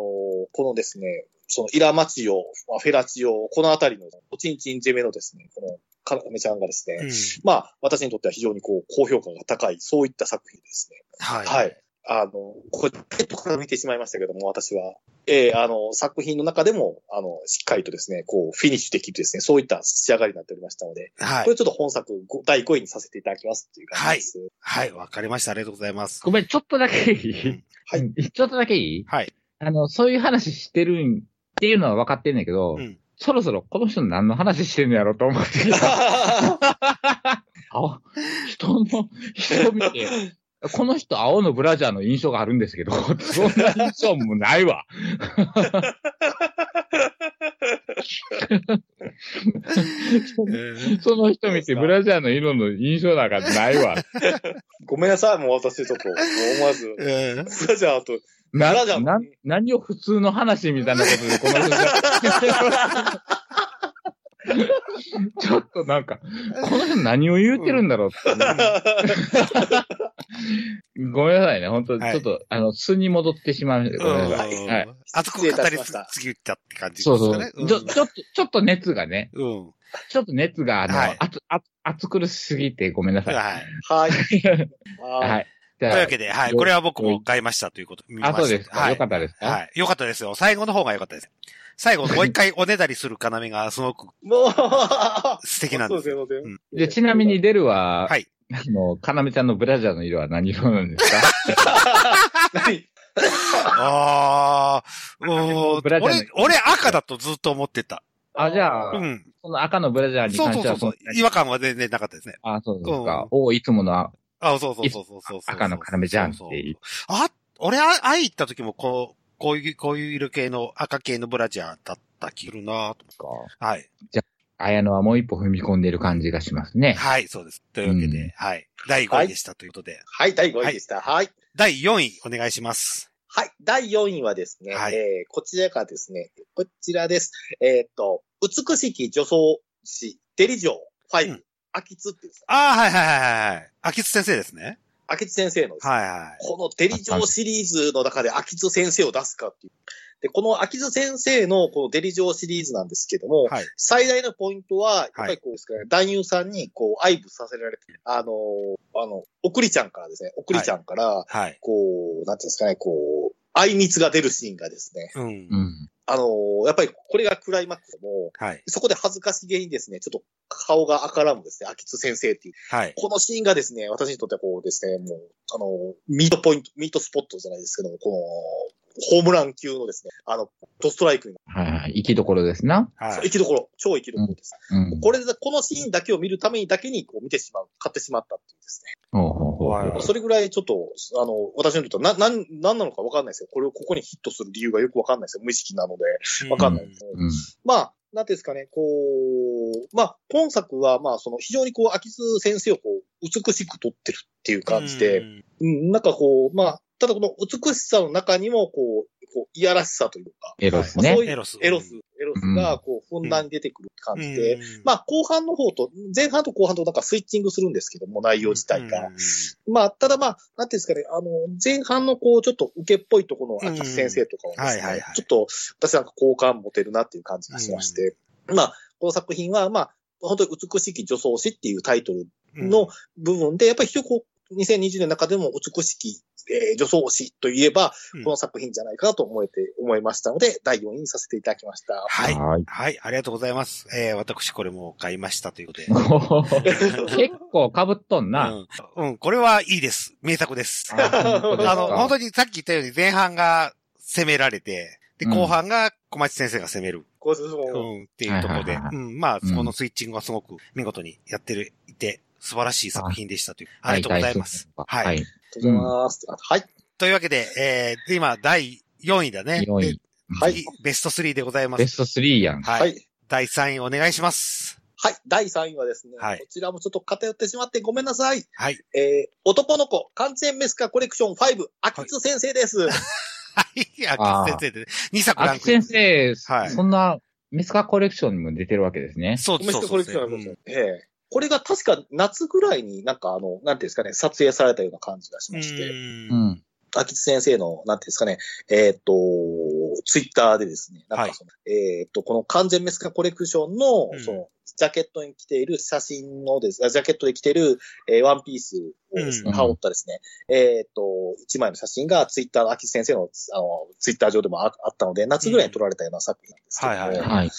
S3: このですね、そのイラマチオ、まあフェラチオ、このあたりの、おちんちん攻めのですね、この、カラメちゃんがですね、
S1: うん
S3: まあ、私にとっては非常にこう、高評価が高い、そういった作品ですね。
S1: はい。
S3: はい。あの、これ、ペットから見てしまいましたけども、私は。えーあの、作品の中でも、あの、しっかりとですね、こう、フィニッシュできるですね、そういった仕上がりになっておりましたので、
S1: は
S3: こ
S1: い。
S3: れちょっと本作、ご第5位にさせていただきますっていう感じです。
S1: はい。わかりました。ありがとうございます。
S2: ごめん、ちょっとだけいい
S3: は
S2: ちょっとだけいい
S1: はい。
S2: あの、そういう話してるんっていうのは分かってんねんけど、
S1: うん
S2: そろそろこの人何の話してんのやろうと思ってきた。あ、人の、人見て、この人青のブラジャーの印象があるんですけど、そんな印象もないわ。
S1: うん
S2: その人見てブラジャーの色の印象なんかないわ。
S3: <laughs> ごめんなさい、もう私ちょっと、もう思わず、
S1: うん
S3: ブラジャーと、ブラジャー
S2: な、
S3: も
S2: な
S3: ね、
S2: 何を普通の話みたいなことで、この人が
S1: <laughs>
S2: ちょっとなんか、この人何を言うてるんだろうって思
S1: <laughs>
S2: うごめんなさいね、本当、
S1: はい
S2: ちょっと、あの、素に戻ってしまう。ごめんなさい。
S1: うん
S2: はい。
S1: 熱く語
S3: 失礼いた
S1: り
S3: しました
S1: すぎたって感じ
S2: そ
S1: で
S2: う
S1: す
S2: そ
S1: かね。
S2: う。ちょ、ちょっと、ちょっと熱がね、
S1: うん。うん。
S2: ちょっと熱が、あの、
S1: はい
S2: 熱、熱、熱苦しすぎてごめんなさい。
S1: <laughs> はい。
S3: はい。
S2: は
S3: はい。
S2: い。じ
S1: と
S2: ゃ
S1: いう
S2: あ
S1: わ、けで、はい。
S2: よ
S1: これは僕も買いましたということ。見ま
S2: あ、
S1: した
S2: そうですか。
S1: はい
S2: よかったですか
S1: はい。良かったですよ。最後の方が良かったです。最後もう一回おねだりする要がすごく
S3: もう、
S1: 素敵なん
S3: <laughs> そう
S1: です
S3: です
S1: よ。
S3: よ、そうで
S1: う
S3: すよ
S1: ん。
S2: で、ちなみにデルは、
S1: はい。
S2: あの、かなめちゃんのブラジャーの色は何色なんですか
S3: 何
S1: ああ、もう
S2: ブラジャーの
S1: 俺、俺赤だとずっと思ってた。
S2: あ、じゃあ、
S1: うん。
S2: その赤のブラジャーに
S1: そうそ
S2: 関
S1: う
S2: して
S1: そうそう
S2: はそんな。に
S1: 違和感は全然なかったですね。
S2: あ、そうです
S1: うん
S2: か。おいつものあ
S1: あそうそうそうそうそうそうそう。
S2: 赤のカラメじゃんっていう。
S1: あ、俺、あ会い行った時もこう、こういう、こういう色系の赤系のブラジャーだった気がするなと
S2: か。
S1: はい。
S2: 綾野はもう一歩踏み込んでる感じがしますね。
S1: はい、そうです。というわけで、
S2: うん
S1: はい。第5位でしたということで。
S3: はい、第5位でした。はい。
S1: 第4位、お願いします。
S3: はい。第4位はですね、
S1: はい
S3: えーこちらがですね、こちらです。えーっと、美しき女装師、デリジョー
S1: う
S3: 5、
S1: ん
S3: 秋津っていうんですか
S1: ああ、はいはいはいはい。秋津先生ですね。
S3: 秋津先生のですね
S1: はいはい。
S3: このデリジョーシリーズの中で秋津先生を出すかっていう。で、この秋津先生のこのデリジョーシリーズなんですけども、
S1: はい。
S3: 最大のポイントは、やっぱりこうですかね、男優さんにこう、愛撫させられて、あのーあの、おくりちゃんからですね、おくりちゃんから、
S1: はい。
S3: こう、なんていうんですかね、こう、愛蜜が出るシーンがですね、
S1: う。
S2: うんん。
S3: あのーやっぱりこれがクライマックスも、
S1: はい。
S3: そこで恥ずかしげにですね、ちょっと顔が赤らむですね、秋津先生っていう。
S1: はい。
S3: このシーンがですね、私にとってはこうですね、もう、あの、ミートポイント、ミートスポットじゃないですけども、この、ホームラン級のですね、あの、ドストライクに、
S2: はいはい。生きどころですな。
S1: は
S3: そう
S1: い。
S3: 生きどころ、超生きどころです。
S2: うん。
S3: これで、このシーンだけを見るためにだけに、こう見てしまう、買ってしまったっていうです
S2: ほうほうほう
S1: はい
S2: ほ
S3: ね。
S2: う
S3: それぐらいちょっと、あの、私にとっては、な、なん、なんなのかわかんないですよ。これをここにヒットする理由がよくわかんないですよ。無意識なので。わかんないです。
S2: うん。
S3: まあ、なんていうんですかね、こう、まあ、今作は、まあ、その、非常にこう、秋津先生をこう、美しく撮ってるっていう感じで、
S1: うん
S3: うん、なんかこう、まあ、ただこの美しさの中にも、こう、こう、いやらしさというか、
S2: エロス
S3: まあ
S2: ね
S3: そう。いう
S1: エロス。
S3: エロス、エロスが、こう、ふんだんに出てくる感じで、
S1: うん
S3: まあ、後半の方と、前半と後半となんかスイッチングするんですけども、内容自体が。まあ、ただまあ、なんていうんですかね、あの、前半のこう、ちょっと受けっぽいところの秋津先生とかはです
S1: うんはいはい
S3: ね
S1: は、い
S3: ちょっと私なんか好感持てるなっていう感じがしまして、まあ、この作品はまあ、本当に美しき女装師っていうタイトル
S1: うん
S3: の、部分で、やっぱり非常にこう、2020年の中でも美しき、えー女装師といえば
S1: うん、
S3: この作品じゃないかなと思えて、思いましたので、第4位にさせていただきました。 <laughs>
S1: はい。
S2: はい。
S1: はい、ありがとうございます。えー、私これも買いましたということで。
S2: <laughs> 結構被っとんな。
S1: うん、うん、これはいいです。名作です。あ
S2: あ本当ですか
S1: の、本当にさっき言ったように前半が攻められて、で、
S2: うん
S1: 後半が小町先生が攻める。
S3: こうする
S1: う
S3: も、
S1: ん、っていうところで。
S2: はいはいは
S1: うん、まあ、
S2: うん
S1: このスイッチングはすごく見事にやってる、いて、素晴らしい作品でしたという。あ
S2: は
S1: りがとうございます。はい。
S2: はい。
S3: とうございます。はい。
S1: というわけで、えー、で今、第4位だね。
S2: 4
S1: で
S2: 位。
S3: はい
S1: 次ベスト3でございま
S2: ベ
S1: す。
S2: スト3やん。
S1: は。
S3: はいい。
S1: 第3位お願いします。
S3: はい。第3位はですね、
S1: はい
S3: こちらもちょっと偏ってしまってごめんなさい。
S1: はい。
S3: えー、男の子完全メスカコレクション5、秋津先生です。
S1: はい。
S2: あ
S1: 秋
S2: ー
S1: 先生で、2作ラ
S2: あ
S1: ン
S2: き
S1: クイン
S2: 先。生、
S1: はい
S2: そんな、メスカコレクションにも出てるわけですね。
S1: そう
S3: <laughs> メ
S1: です
S3: ス
S1: そうで
S3: カ
S1: す
S3: コレクションなん
S1: う
S3: です
S1: ん
S3: よ。ええこれが確か夏ぐらいになんかあの、なんていうんですかね、撮影されたような感じがしまして。
S1: う。
S2: うんん。
S3: 秋津先生の、なんていうんですかね、えーっ、と、ツイッターでですね、なんかその、えーっ、と、この完全メスカコレクションの、
S1: うん
S3: その、ジャケットに着ている写真のです、あジャケットで着ている、えーワンピースをです
S2: う
S3: ね、
S2: ん
S3: 羽織ったですね、えーっ、と、一枚の写真がツイッターの秋津先生の、あの、ツイッター上でもああったので、夏ぐらいに撮られたような作品なんですけども、
S1: うんはいはい
S2: はい。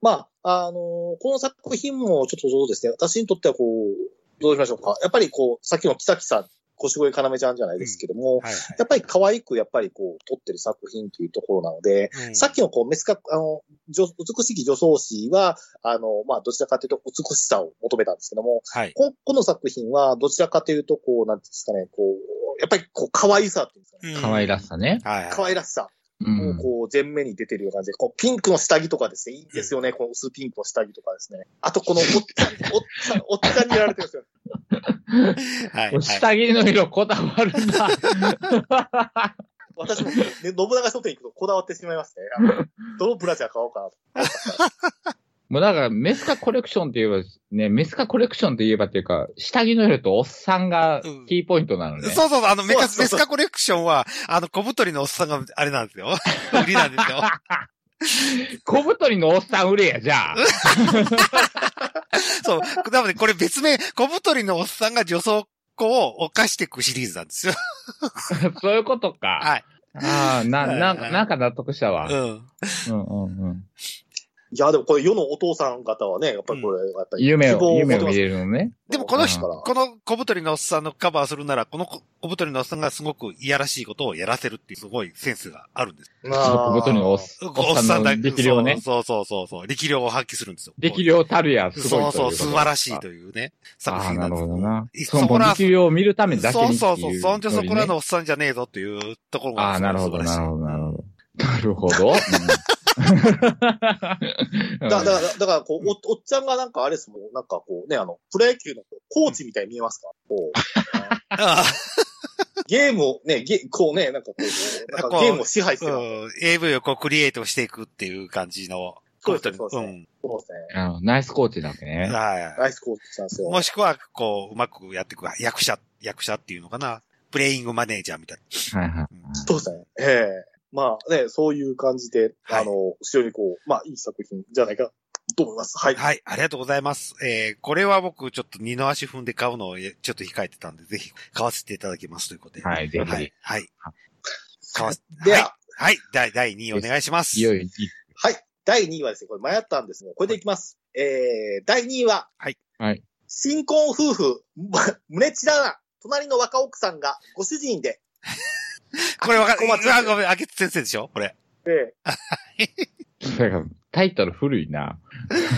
S3: まあ、あのーこの作品もちょっとそうですね、私にとってはこう、どうしましょうか。やっぱりこう、さっきのキサキさん、腰越かなめちゃんじゃないですけども、
S1: はい
S3: やっぱり可愛く、やっぱりこう、撮ってる作品というところなので、
S1: はい。
S3: さっきのこう、メスカ、あの、女美しき女装師は、あの、まあ、どちらかというと美しさを求めたんですけども、
S1: はい。
S3: ここの作品は、どちらかというと、こう、なんていうんですかね、こう、やっぱりこう、可愛さっていうんですかね。
S2: 可愛らしさね。
S1: はい。
S3: 可愛らしさ
S2: う
S3: を
S2: ん。
S3: こう前面に出てるような感じで、こうピンクの下着とかですね、いいんですよね、この薄ピンクの下着とかですね。あとこのおっちゃん、おっちゃん、おっちゃんにやられてるんですよ。
S1: はい。はい。
S2: 下着の色こだわるな。
S3: 私も、ね、信長書店行くとこだわってしまいますね。あのどのブラジャー買おうかなと。
S2: もうだから、メスカコレクションといえば、ね、メスカコレクションといえばっていうか、下着の色とおっさんが
S1: うん
S2: キーポイントなのね。
S1: そうそう、あの、メカ、メ
S3: そうそう
S1: スカコレクションは、あの、小太りのおっさんが、あれなんですよ。 <laughs> 売りなんです
S2: <laughs>
S1: よ。
S2: 小太りのおっさん売れや、じゃあ。
S1: そう。なので、これ別名、小太りのおっさんが女装子を犯していくシリーズなんですよ。
S2: そういうことか。
S1: はい。
S2: ああ、な、な
S1: は
S2: んか、
S1: い
S2: なんか納得したわ。
S1: うん。
S2: うんうんうん。
S3: いや、でもこれ世のお父さん方はね、やっぱりこれ、やっぱり
S2: 夢を、夢を
S3: 持
S2: 見
S3: て
S2: れるのね。
S3: ます
S1: でもこの人、
S3: から
S1: この小太りのおっさんのカバーするなら、この小小太りのおっさんがすごくいやらしいことをやらせるっていうすごいセンスがあるんです。
S2: すごくごとにお
S1: お
S2: っおっさんの力量ね。
S1: そうそうそうそうそう。力量を発揮するんですよ。
S2: 力量たるや、すご
S1: そ
S2: いうとい
S1: そう
S2: こ
S1: う、
S2: と
S1: 素晴らしいというね、作
S2: ああ、
S1: 品な
S2: な
S1: ん
S2: る
S1: です
S2: ほ
S1: よ
S2: どな。
S1: い
S2: その
S1: そこら
S2: 力量を見るためだけにってい
S1: そうそうそう。そんじょそこらの
S2: ノ
S1: おっさんじゃねえぞっていうところ
S2: リね。あ
S1: が
S2: あ、
S1: すごい
S2: なるほど、
S1: 素晴らし
S2: ないるほど、なるほど。なるほど。うん
S3: だだだから、こう、お、おっちゃんがなんかあれですもん、なんかこうね、あの、プロ野球のコーチみたいに見えますかこう、 <laughs>
S1: あ
S3: ゲームをね、ゲ、こうね、なんかこう、なんかゲームを支配してる。
S1: <laughs> あうん AV をこうクリエイトしていくっていう感じの。
S3: そうですねそうですね
S1: ん
S3: そうですね。
S2: あのナイスコーチだってね。
S1: は
S3: ナイスコーチしたんです
S1: い。
S3: よ。
S1: もしくは、こう、うまくやっていく役者、役者っていうのかな。プレイングマネージャーみたい
S2: はいはい。
S1: な。
S3: そうですね。ええまあね、そういう感じで、
S1: はい
S3: あの、非常にこう、まあ、いい作品じゃないかと思います。はい。
S1: はい、ありがとうございます。えー、これは僕ちょっと二の足踏んで買うのをえちょっと控えてたんで、ぜひ買わせていただきますということで。
S2: はい、ぜ
S1: は
S2: ひ
S1: い。。はい。買わせ
S3: では、
S1: はい、第、第2位お願いします。
S2: いよいよいい。
S3: はい。第2位はですね、これ迷ったんですが、これでいきます。えー、第2位は、
S1: はい。
S2: はい。
S3: 新婚夫婦、 <laughs> む胸ちらな、隣の若奥さんがご主
S1: <laughs>
S3: 人で、
S1: これわかる。
S3: 小松
S1: あ、ごめん、あけつ先生でしょこれ。
S3: え
S2: だからタイトル古いな。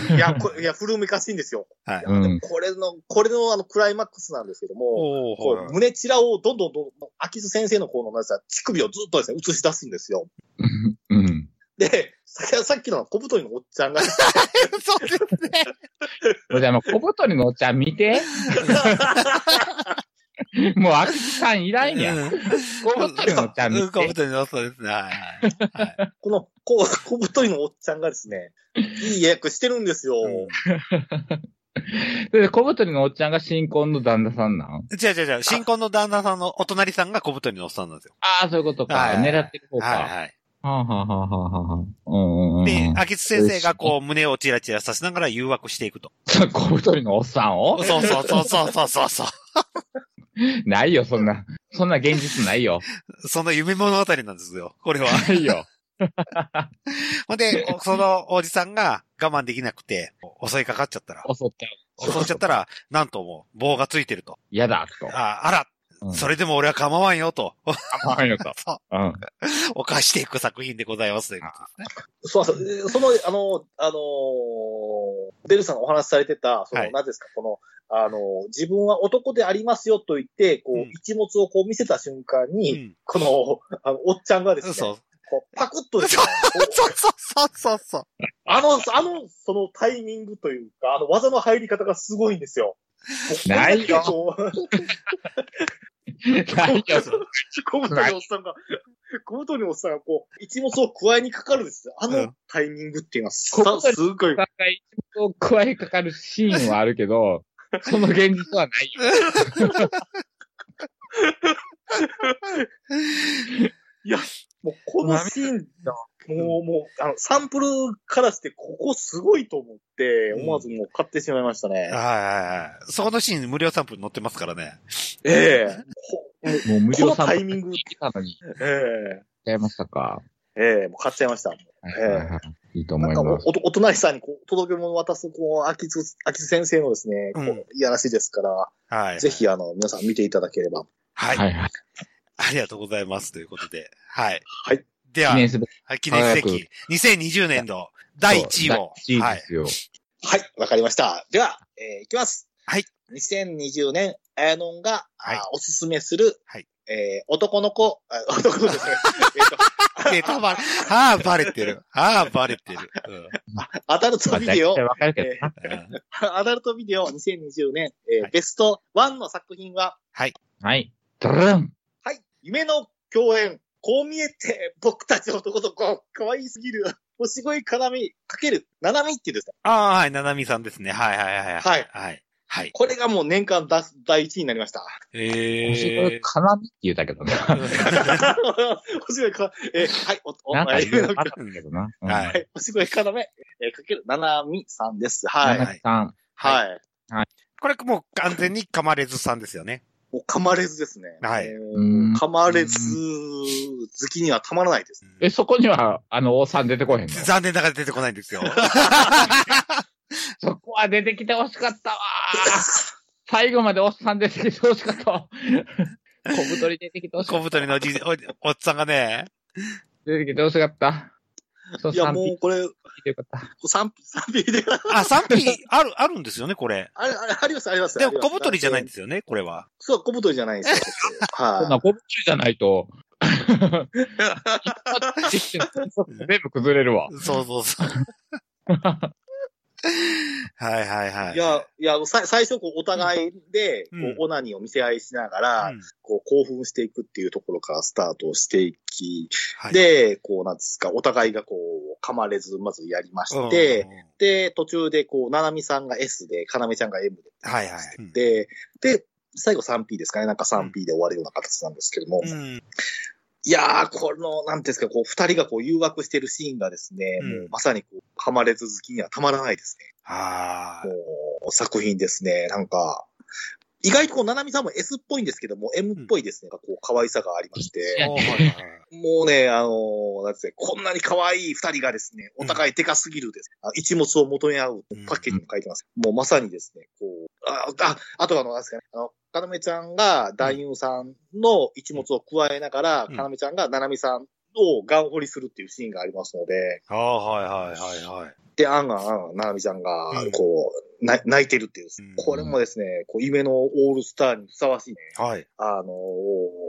S3: ーいや、これ、いや、古めかしいんですよ。
S1: はい
S3: いやで
S2: うん
S3: もこれの、これのあの、クライマックスなんですけども、
S1: おお
S3: こう胸ちらをどんどんどんどん、秋津先生の方の、なんですか乳首をずっとですね、映し出すんですよ。
S2: うん。
S3: で、ささっきの小太りのおっちゃんが、
S2: <laughs>
S1: そうですね。
S2: これあの、小太りのおっちゃん見て。もう、秋きさんいらんやん。小太りのおっちゃん
S1: うん、
S2: 見
S1: 小
S2: て。
S1: 太りのそうですね。はいはい。
S3: この、こう、小太りのおっちゃんがですね、いい役してるんですよ。
S1: うん
S2: それで、小太りのおっちゃんが新婚の旦那さんなん
S1: 違う違う違う。新婚の旦那さんのお隣さんが小太りのおっさんなんですよ。
S2: ああ、そういうことか。
S1: はい
S2: 狙ってる方か。
S1: はい
S2: は
S1: はい。
S2: あはあはあはあはあ。うんうんうん。
S1: で、秋津先生がこう胸をチラチラさせながら誘惑していくと。
S2: そう小太りのおっさんを
S1: そうそうそうそうそうそうそう。
S2: ないよ、そんな。そんな現実ないよ。
S1: その夢物語なんですよ。これは。
S2: ないよ。
S1: <laughs> ほんで、おそのおじさんが我慢できなくて、襲いかかっちゃったら、
S2: 襲った。
S1: 襲っちゃったら、なんともう棒がついてると。
S2: 嫌だ、と。
S1: あ、あら、
S2: うん
S1: それでも俺は構わんよと、
S2: あかんよと
S1: そう。
S2: うん。
S1: 犯していく作品でございますということですね。
S3: そうなんですよその、あの、あのーデルさんがお話しされてた、その、
S1: はい
S3: なぜですか、この、あのー自分は男でありますよと言って、こう、
S1: うん
S3: 一物をこう見せた瞬間に、
S1: うん
S3: この、あの、おっちゃんがですね、
S1: そう。
S3: こうパクッとですね、こう
S1: そうそうそうそうそう。
S3: あの、あの、そのタイミングというか、あの、技の入り方がすごいんですよ。
S2: ないよ
S3: こう
S2: ないよ、そ
S3: 小太りのおっさんが、小太りのおっさんがこう、一物を加えにかかるんですよ。あ
S1: うん
S3: のタイミングっていうのはさ、
S2: 小太り
S3: すごい
S2: お。互い一応加えかかるシーンはあるけど、その現実はないよ。
S3: もうこのシーンだ。もう、もう、あの、サンプルからして、ここすごいと思って、
S1: うん
S3: 思わずもう買ってしまいましたね。
S1: はいはいはい。そこのシーン無料サンプル載ってますからね。
S3: ええ
S2: もう無料
S3: この
S2: サンプ
S3: タ
S2: ル
S3: イミング
S2: 聞いてたのに。
S3: ええ
S2: ちゃいましたか。
S3: ええもう買っちゃいました。
S2: はいはいはい。いいと思
S3: なん
S2: い
S3: かも
S2: ま
S3: う
S2: す。
S3: お、お隣さんにこう、届け物渡す、こう、秋津、秋津先生のですね、こ
S1: うん
S3: う、いやらしいですから、
S1: はい。
S3: ぜ。ひ、あの、皆さん見ていただければ。
S1: はい。
S2: はいはい。
S1: ありがとうございます。ということで。はい。
S3: はい。
S1: では
S2: 記、念すべき
S1: はい記念すべき、2020年度第1位を。
S2: 1位
S1: は
S2: で
S1: い。
S2: すよ。
S3: はい、わかりました。では、えーいきます。
S1: はい。
S3: 2020年、あやのんが、あー
S1: はい
S3: おすすめする、
S1: はい
S3: えー男の子、あ男の子ですね。え
S1: で、
S3: ーと
S1: たま、ああ、バレてる。ああ、バレてる。
S3: アダルト
S2: まあ
S3: ビ
S2: 大
S3: デオ
S2: 体、わかるけど
S3: え
S2: な。
S1: うんうん。
S3: ー <laughs> アダルトビデオ2020年、えー
S1: はい
S3: ベスト1の作品は、
S2: はい。ドルン
S3: はい、夢の共演、こう見えて、僕たち男の子、可愛すぎる、 <laughs> 星越えかなみ、かける、ななみっていうですね。
S1: ああ、はい、ななみさんですね。はいはいはい。
S3: はい。
S1: はい。はい。
S3: これがもう年間だ第1位になりました。 <laughs>
S1: え
S2: 星かなみって言ったけどな。
S1: ー。
S3: 星越えか、えーはい、お、お、
S2: なんか
S3: えー
S2: いろ
S3: 夢
S2: い
S3: の
S2: ろあったけどな。うん
S1: はい
S3: はい。星越かなめ、えーかける、ななみさんです。は。
S2: はいい。さん。
S3: はい。
S1: これもう完全にかまれずさんですよね。
S3: もう噛まれずですね。
S1: はい
S2: うん
S3: もう噛まれず好きにはたまらないです。
S2: え、そこには、あの、王さん出てこへんの
S1: 残念ながら出てこないん <laughs> ですよ。
S2: そこは出てきてほしかったわ最後までおっさん出てきてほしかったわ小太り出てきてほしか
S1: 小
S2: っ
S1: 太
S2: た。
S1: りのおじい、おおっさんがね、
S2: 出てきてほしかった。そう、
S3: いや、
S2: 賛
S3: も
S2: 否
S3: うこれ、
S2: でよかった。
S3: 賛否、賛否で、
S1: あ、賛否ある、あるんですよね、これ。
S3: あれ、あれ、あります、あります。
S1: で
S3: あ
S1: も
S3: ります
S1: 小太りじゃないんですよね、これは。
S3: そう、小太りじゃないんですよ。
S2: そんな
S3: は。
S2: 小太りじゃないと、全部崩れるわ。
S1: そうそう <laughs> そう。はいはいはいい。
S3: いや、いや、さ最初、こう、お互いで、こ
S1: うん
S3: う、オナニーを見せ合いしながら、
S1: うん
S3: こう、興奮していくっていうところからスタートしていき、
S1: はい
S3: で、こう、なんですか、お互いがこう、噛まれず、まずやりまして、
S1: うん
S3: で、途中で、こう、ななみさんが S で、かなめちゃんが M で。
S1: はいはいうん
S3: で、で、最後 3P ですかね。なんか 3P で終わるような形なんですけども。
S1: うん。
S3: いやー、この、なんていうんですか、こう、二人がこう、誘惑してるシーンがですね、
S1: うん
S3: もう、まさにこう、噛まれ続きにはたまらないです
S1: あ
S3: ね。もう、作品ですね。なんか、意外とこう、ななみさんも S っぽいんですけども、M っぽいですね、こう、可愛さがありまし
S1: ー
S3: て、
S1: おーはいはいはい
S3: もうね、あのー、なんていうんですか、こんなに可愛い二人がですね、お互いでかすぎるです、あ一物を求め合う
S1: うん
S3: パッケージにも書いてます。もうまさにですね、こう、あ、あ、あとはあの、なんですかね、あの、かなめちゃんが男優さんの一物を加えながら、
S1: うん
S3: かなめちゃんがななみさんをガン掘りするっていうシーンがありますので、
S1: あーはいはいはいはい。
S3: で、あんがんあんがんななみちゃんが
S1: うん、
S3: こう、な泣いてるっていう
S1: うん、
S3: これもですね、こう、夢のオールスターにふさわしいね、
S1: はい。
S3: あのー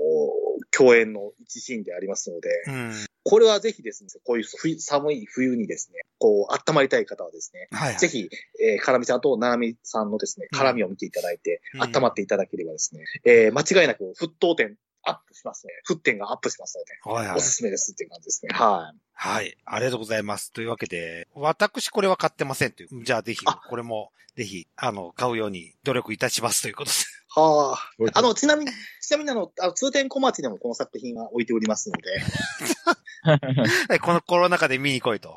S3: 共演の一シーンでありますので、
S1: うん。
S3: これはぜひですね、こういう冬寒い冬にですね、こう、温まりたい方はですね、
S1: はいはい。
S3: ぜひ、えー、絡みちゃんとななみさんのですね、
S1: うん
S3: 絡みを見ていただいて、
S1: うん
S3: 温まっていただければですね、えー、間違いなく沸騰点アップしますね。沸点がアップしますので、
S1: はいはい
S3: お。すすめですっていう感じですね。はい。
S1: はい。ありがとうございます。というわけで、私これは買ってませんという。じゃあぜひ、
S3: あ
S1: これも、ぜひ、あの、買うように努力いたしますという <laughs> ことで。
S3: はあ。あの、ちなみに、ちなみにあの、あの通天小町でもこの作品は置いてお
S1: <laughs>
S3: りますので、
S1: はいこのコロナ禍で見に来いと。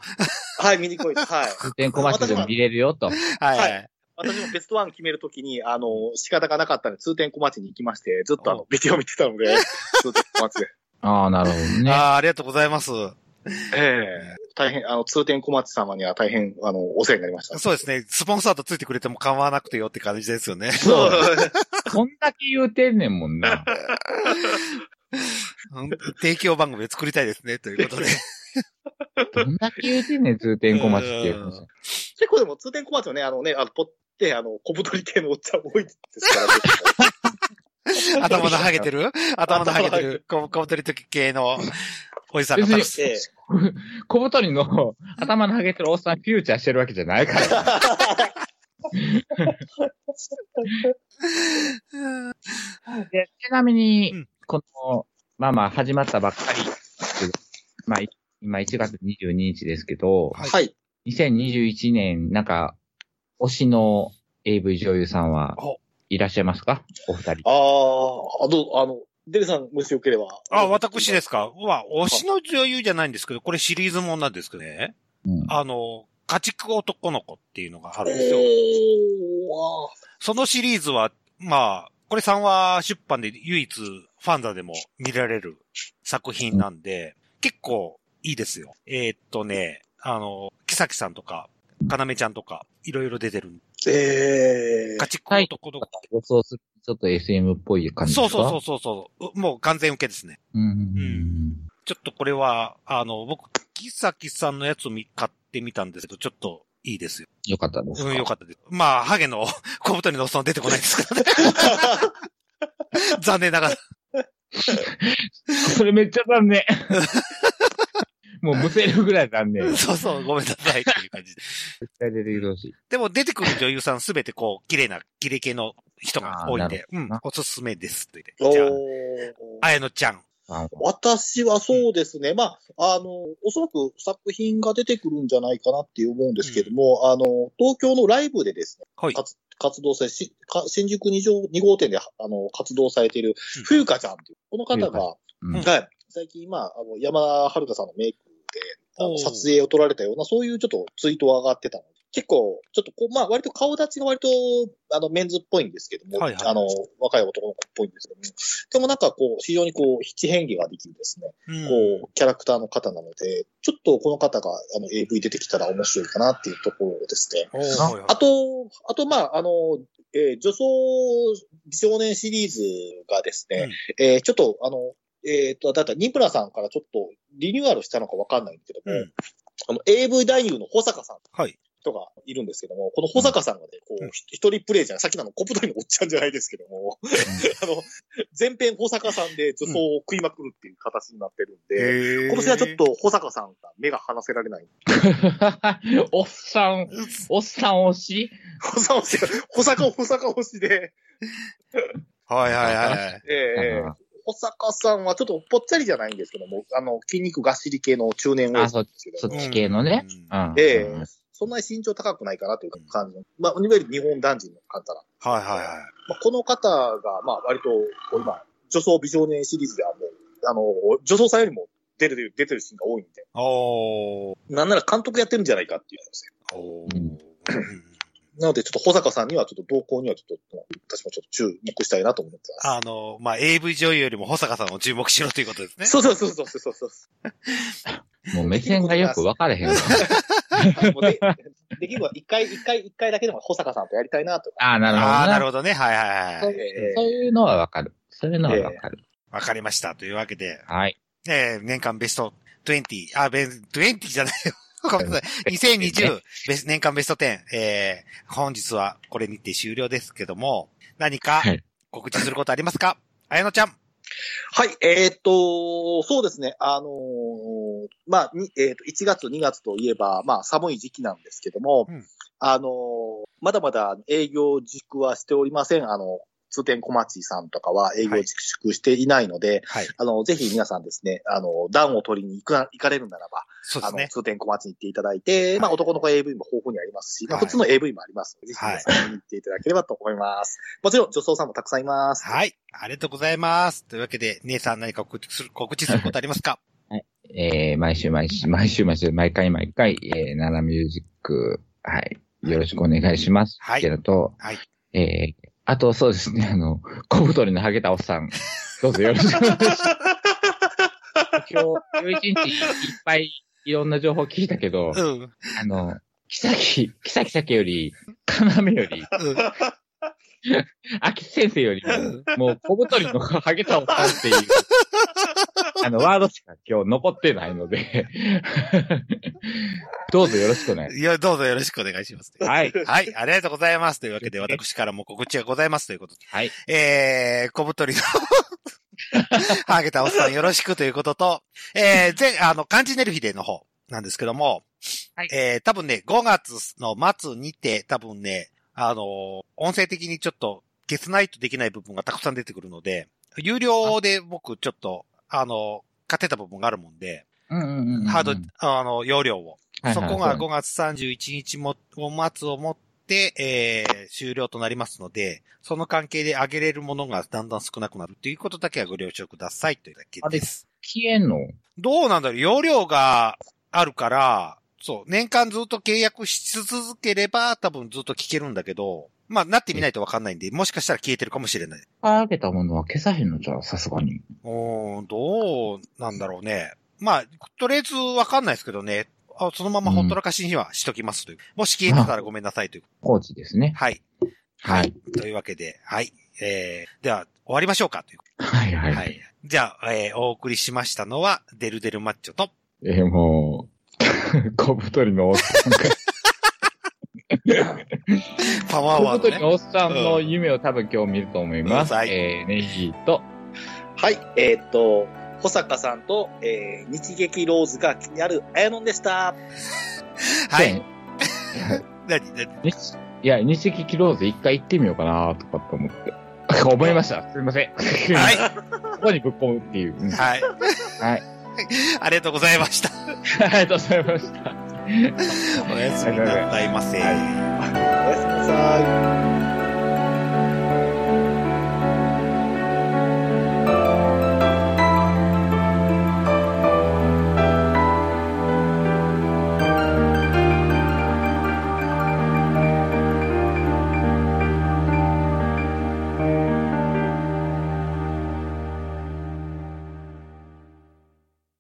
S3: はい、見に来いです。
S1: <laughs>
S3: はい。
S2: 運転小町でも見れるよと。
S1: はい。は、
S3: はい私もベストワン決めるときに、あの、仕方がなかったので、通天小町に行きまして、ずっとあ
S1: お
S3: の、ビデオ見てたの
S1: <laughs>
S3: で、通天小町で。
S2: ああ、なるほど
S1: あ
S2: ね。
S1: あ、ありがとうございます。
S3: ええ大変、あの、通天小町様には大変、あの、お世話になりました。
S1: そうですね。スポンサーとついてくれても構わなくてよって感じですよね。
S2: そう。こんだけ言うてんねんもんな。
S1: うん提供番組を作りたいですね。という
S3: <laughs>
S1: ことで。
S2: どんだけ言うてんねん、通天小町っていう
S1: う
S2: 話。
S3: <laughs> 結構でも通天小町はね、あのね、あの、ぽって、あの、小太り系のおっちゃん多いですから
S1: <laughs>
S3: ね。
S1: 頭のハゲてる頭のハゲてる。こぶとり時系のおじさんが
S2: 別
S1: た
S2: に
S1: くさん。
S3: ええ
S2: 小太りの <laughs> 頭のハゲてるおっさんフューチャーしてるわけじゃないから。でちなみに、
S1: うん
S2: この、まあまあ始まったばっかりですけど、まあい今1月22日ですけど、
S1: はい
S3: はい。
S2: 2021年、なんか、推しの AV 女優さんは
S1: お
S2: いらっしゃいますかお二人。
S3: ああ、あの、あの、デルさん、もしよければ。。
S1: あ、私ですすか。は、推しの女優じゃないんですけど、これシリーズもんなんですけどね。
S2: うん
S1: あの、家畜男の子っていうのがあ
S3: お
S1: るんですよ。
S3: ー、わ
S1: そのシリーズは、まあ、これ3話出版で唯一ファンザでも見られる作品なんで、結構いいですよ。えーっとね、あの、キサキさんとか、かなめちゃんとか、いろいろ出てる。
S3: ーええ
S1: 家畜男の子。
S2: 予想するちょっと SM っぽい感じ
S1: そ
S2: で
S1: う
S2: すか
S1: そうそうそうそう。うもう完全受けですね。
S2: うん。
S1: んちょっとこれは、あの、僕、キサキさんのやつを見買ってみたんですけど、ちょっといいですよ。
S2: よかったですか。
S1: うん、よかったです。まあ、ハゲの <laughs> 小太りのおっさんは出てこないですから
S2: <laughs>
S1: ね。残念ながら。
S2: <laughs> それめっちゃ残念。もうむせるぐらい残念。絶
S1: そうそう、ごめんなさいっていう感じで。
S2: 対出てきてほしい。
S1: でも出てくる女優さんすべてこう、綺麗な、綺麗系の人が多いんで、うん
S2: どな、
S1: おすすめですって
S3: ー。
S1: 言って。じゃあ、
S3: おー
S1: あやのちゃん。
S2: あ
S3: 私はそうですね。まあ、あの、おそらく作品が出てくるんじゃないかなって思うんですけども、あの、東京のライブでですね
S1: はい。
S3: 活活動され、しか新宿二条二号店であの活動されている
S1: うん、
S3: 冬香ちゃんっていう、この方が、
S2: うん
S3: はい、最近、まあ、あの山田遥さんのメイクで、あ
S1: お
S3: の
S1: ー
S3: 撮影を撮られたような、そういうちょっとツイートが上がってたので、結構、ちょっとこう、まあ割と顔立ちが割と、あの、メンズっぽいんですけども、
S1: はいはい
S3: あの、若い男の子っぽいんですけども、でもなんかこう、非常にこう、七変化ができるですね、こう、キャラクターの方なので、ちょっとこの方が、あの、AV 出てきたら面白いかなっていうところですね。
S1: うん。おー
S2: あ
S1: はいはい
S3: あと、あと、まあ、あの、えー女装美少年シリーズがですね、えーちょっと、あの、えっ、と、だったらニプラさんからちょっとリニューアルしたのかわかんないんですけども、
S1: うん
S3: あの、AV 男優の保坂さん。
S1: はい
S3: 人がいるんですけども、この保坂さんがね、こ
S1: うん
S3: う、ひ一人プレイじゃない、さっきのあの小太りのおっちゃんじゃないですけども、 <laughs> あの、全編保坂さんで女装を食いまくるっていう形になってるんで、
S1: へー
S3: 今年はちょっ。と保坂さんが目が離せられない。
S2: <laughs> おっさん、おっさん推し
S3: 保坂推しが、保坂を保坂推しで、
S1: はいはいはい。
S3: ええ
S2: あ
S3: 保坂さんはちょっとぽっちゃりじゃないんですけども、あの、筋肉がっしり系の中年おじさんですけど
S2: そ
S3: も
S2: っち系のね。
S1: うん
S2: うん
S3: え
S2: う
S3: え
S2: ん
S3: そんなに身長高くないかなという感じの、まあ、いわゆる日本男児の方なんで
S1: はいはいは
S3: まあ、この方が、まあ、割と、こう今、女装美少年シリーズではもう、あの、女装さんよりも出てる、出てるシーンが多いんで、
S1: い。おー。
S3: なんなら監督やってるんじゃないかっていう話で
S1: お
S2: う
S1: ー
S2: ん。
S3: なので、ちょっと保坂さんには、ちょっと動向には、ちょっと、私もちょっと注目したいなと思ってます。
S1: あの、まあ、AV 女優よりも保坂さんを注目しろということですね。
S3: そうそうそうそうそうそう。
S2: もう目線がよく分からへ
S1: <laughs>
S2: んわ。
S3: もうでできれば一回、一回、一回だけでも保坂さんとやりたいなとか。
S2: ああ、なるほど
S1: あ
S2: な。
S1: あ、なるほどね。はいはいは
S2: そ
S1: い。
S2: う
S3: ええ
S2: そういうのは分かる。そういうのは分かる。
S1: わかりました。というわけで、
S2: はい。
S1: えー年間ベスト20、あ、ベ20じゃないよ。ごめんなさ
S2: <laughs>
S1: い。2020、ベス年間ベスト10、えー本日はこれにて終了ですけども、何か
S2: はい
S1: 告知することありますか綾乃ちゃん。
S3: はい、えーっと、そうですね。あのーまあ、にえーっと、1月、2月といえば、まあ、寒い時期なんですけども、
S1: うん
S3: あのーまだまだ営業自粛はしておりません。あの、通天小町さんとかは営業自粛していないので、
S1: はい。
S3: あの、ぜひ皆さんですね、あの、暖を取りに行くな、行かれるならば、
S1: そうで
S3: あ
S1: す
S3: の、
S1: ね。
S3: 通天小町に行っていただいて、まあ、
S1: はい
S3: 男の子 AV も豊富にありますし、まあ、
S1: はい
S3: 普通の AV もありますので、ぜひ皆さん見に行っていただければと思います。もちろん、女装さんもたくさんいます。
S1: はい。ありがとうございます。というわけで、姉さん何か告知する、告知することあります
S2: <laughs>
S1: か
S2: えー、毎週毎週、毎週毎週、毎回毎回、えー、ナナミュージック、はい。よろしくお願いします。
S1: はい
S2: ってのと、
S1: はい。
S2: えー、あとそうですね、あの、小太りのハゲたおっさん、
S1: <laughs>
S2: どうぞよろしくお願いします。今日、今日一日いっぱいいろんな情報聞いたけど、
S1: うん。うん。
S2: あの、キサキ、キサキサキより、カナメより、秋先生よりも、もう小太りのハゲたおっさんっていう、あの、ワードしか今日残ってないので、どうぞよろしくお願いし
S1: いや、どうぞよろしくお願いします。
S2: ます。はい。
S1: はい、ありがとうございます。というわ
S2: <laughs>
S1: けで、私からも告知がございますということで。
S2: はい。
S1: えー、小太
S2: <laughs>
S1: りの、ハゲたおっさんよろしくということと、えー、全、あの、漢字ネルフィデの方なんですけども、
S2: はい
S1: えー、多分ね、5月の末にて、多分ね、あの、音声的にちょっと、ゲスないとできない部分がたくさん出てくるので、有料で僕ちょっと、あの、買ってた部分があるもんで、
S2: うんうんうんうん
S1: ハード、あの、容量を。
S2: はいはい
S1: そこが5月31日も、を末をもって、えー終了となりますので、その関係で上げれるものがだんだん少なくなるということだけはご了承くださいというだけです。
S2: 消えんの
S1: どうなんだろう容量があるから、そう、年間ずっと契約し続ければ多分ずっと聞けるんだけど、まあ、なってみないとわかんないんで、もしかしたら消えてるかもしれない。
S2: ハゲたものは消さへんのじゃあ、さすがに。
S1: おーどうなんだろうね。まあ、とりあえずわかんないですけどね。あそのままほったらかしにはしときますという。もし消えてたらごめんなさいという。
S2: コーチですね。
S1: はい。
S2: はい。
S1: というわけで、はい。えー、では、終わりましょうかという。
S2: はいはい。
S1: は
S2: はい、
S1: い。じゃあ、えー、お送りしましたのは、デルデルマッチョと、
S2: えー、もう、小太りのおっさんが、
S1: パワーワード
S2: 小太り
S1: ね。
S2: のおっさんの夢を多分今日見ると思います。
S1: うんはい
S2: えー、ネギと、
S3: はい、えーっと、保坂さんと、えー日劇ローズが気になるあやのんでした。
S1: はい。何何
S2: 日いや、日劇ローズ一回行ってみようかなとかって思って。 <laughs> 思いました。すみません。。
S1: はいい。
S2: ここにぶっ込むっていう。うん <laughs> はい。
S1: はい。 <laughs> ありがとうございました。
S2: ありがとうございました。
S1: おやすみなさいませ。
S2: はい
S3: おやすみなさい。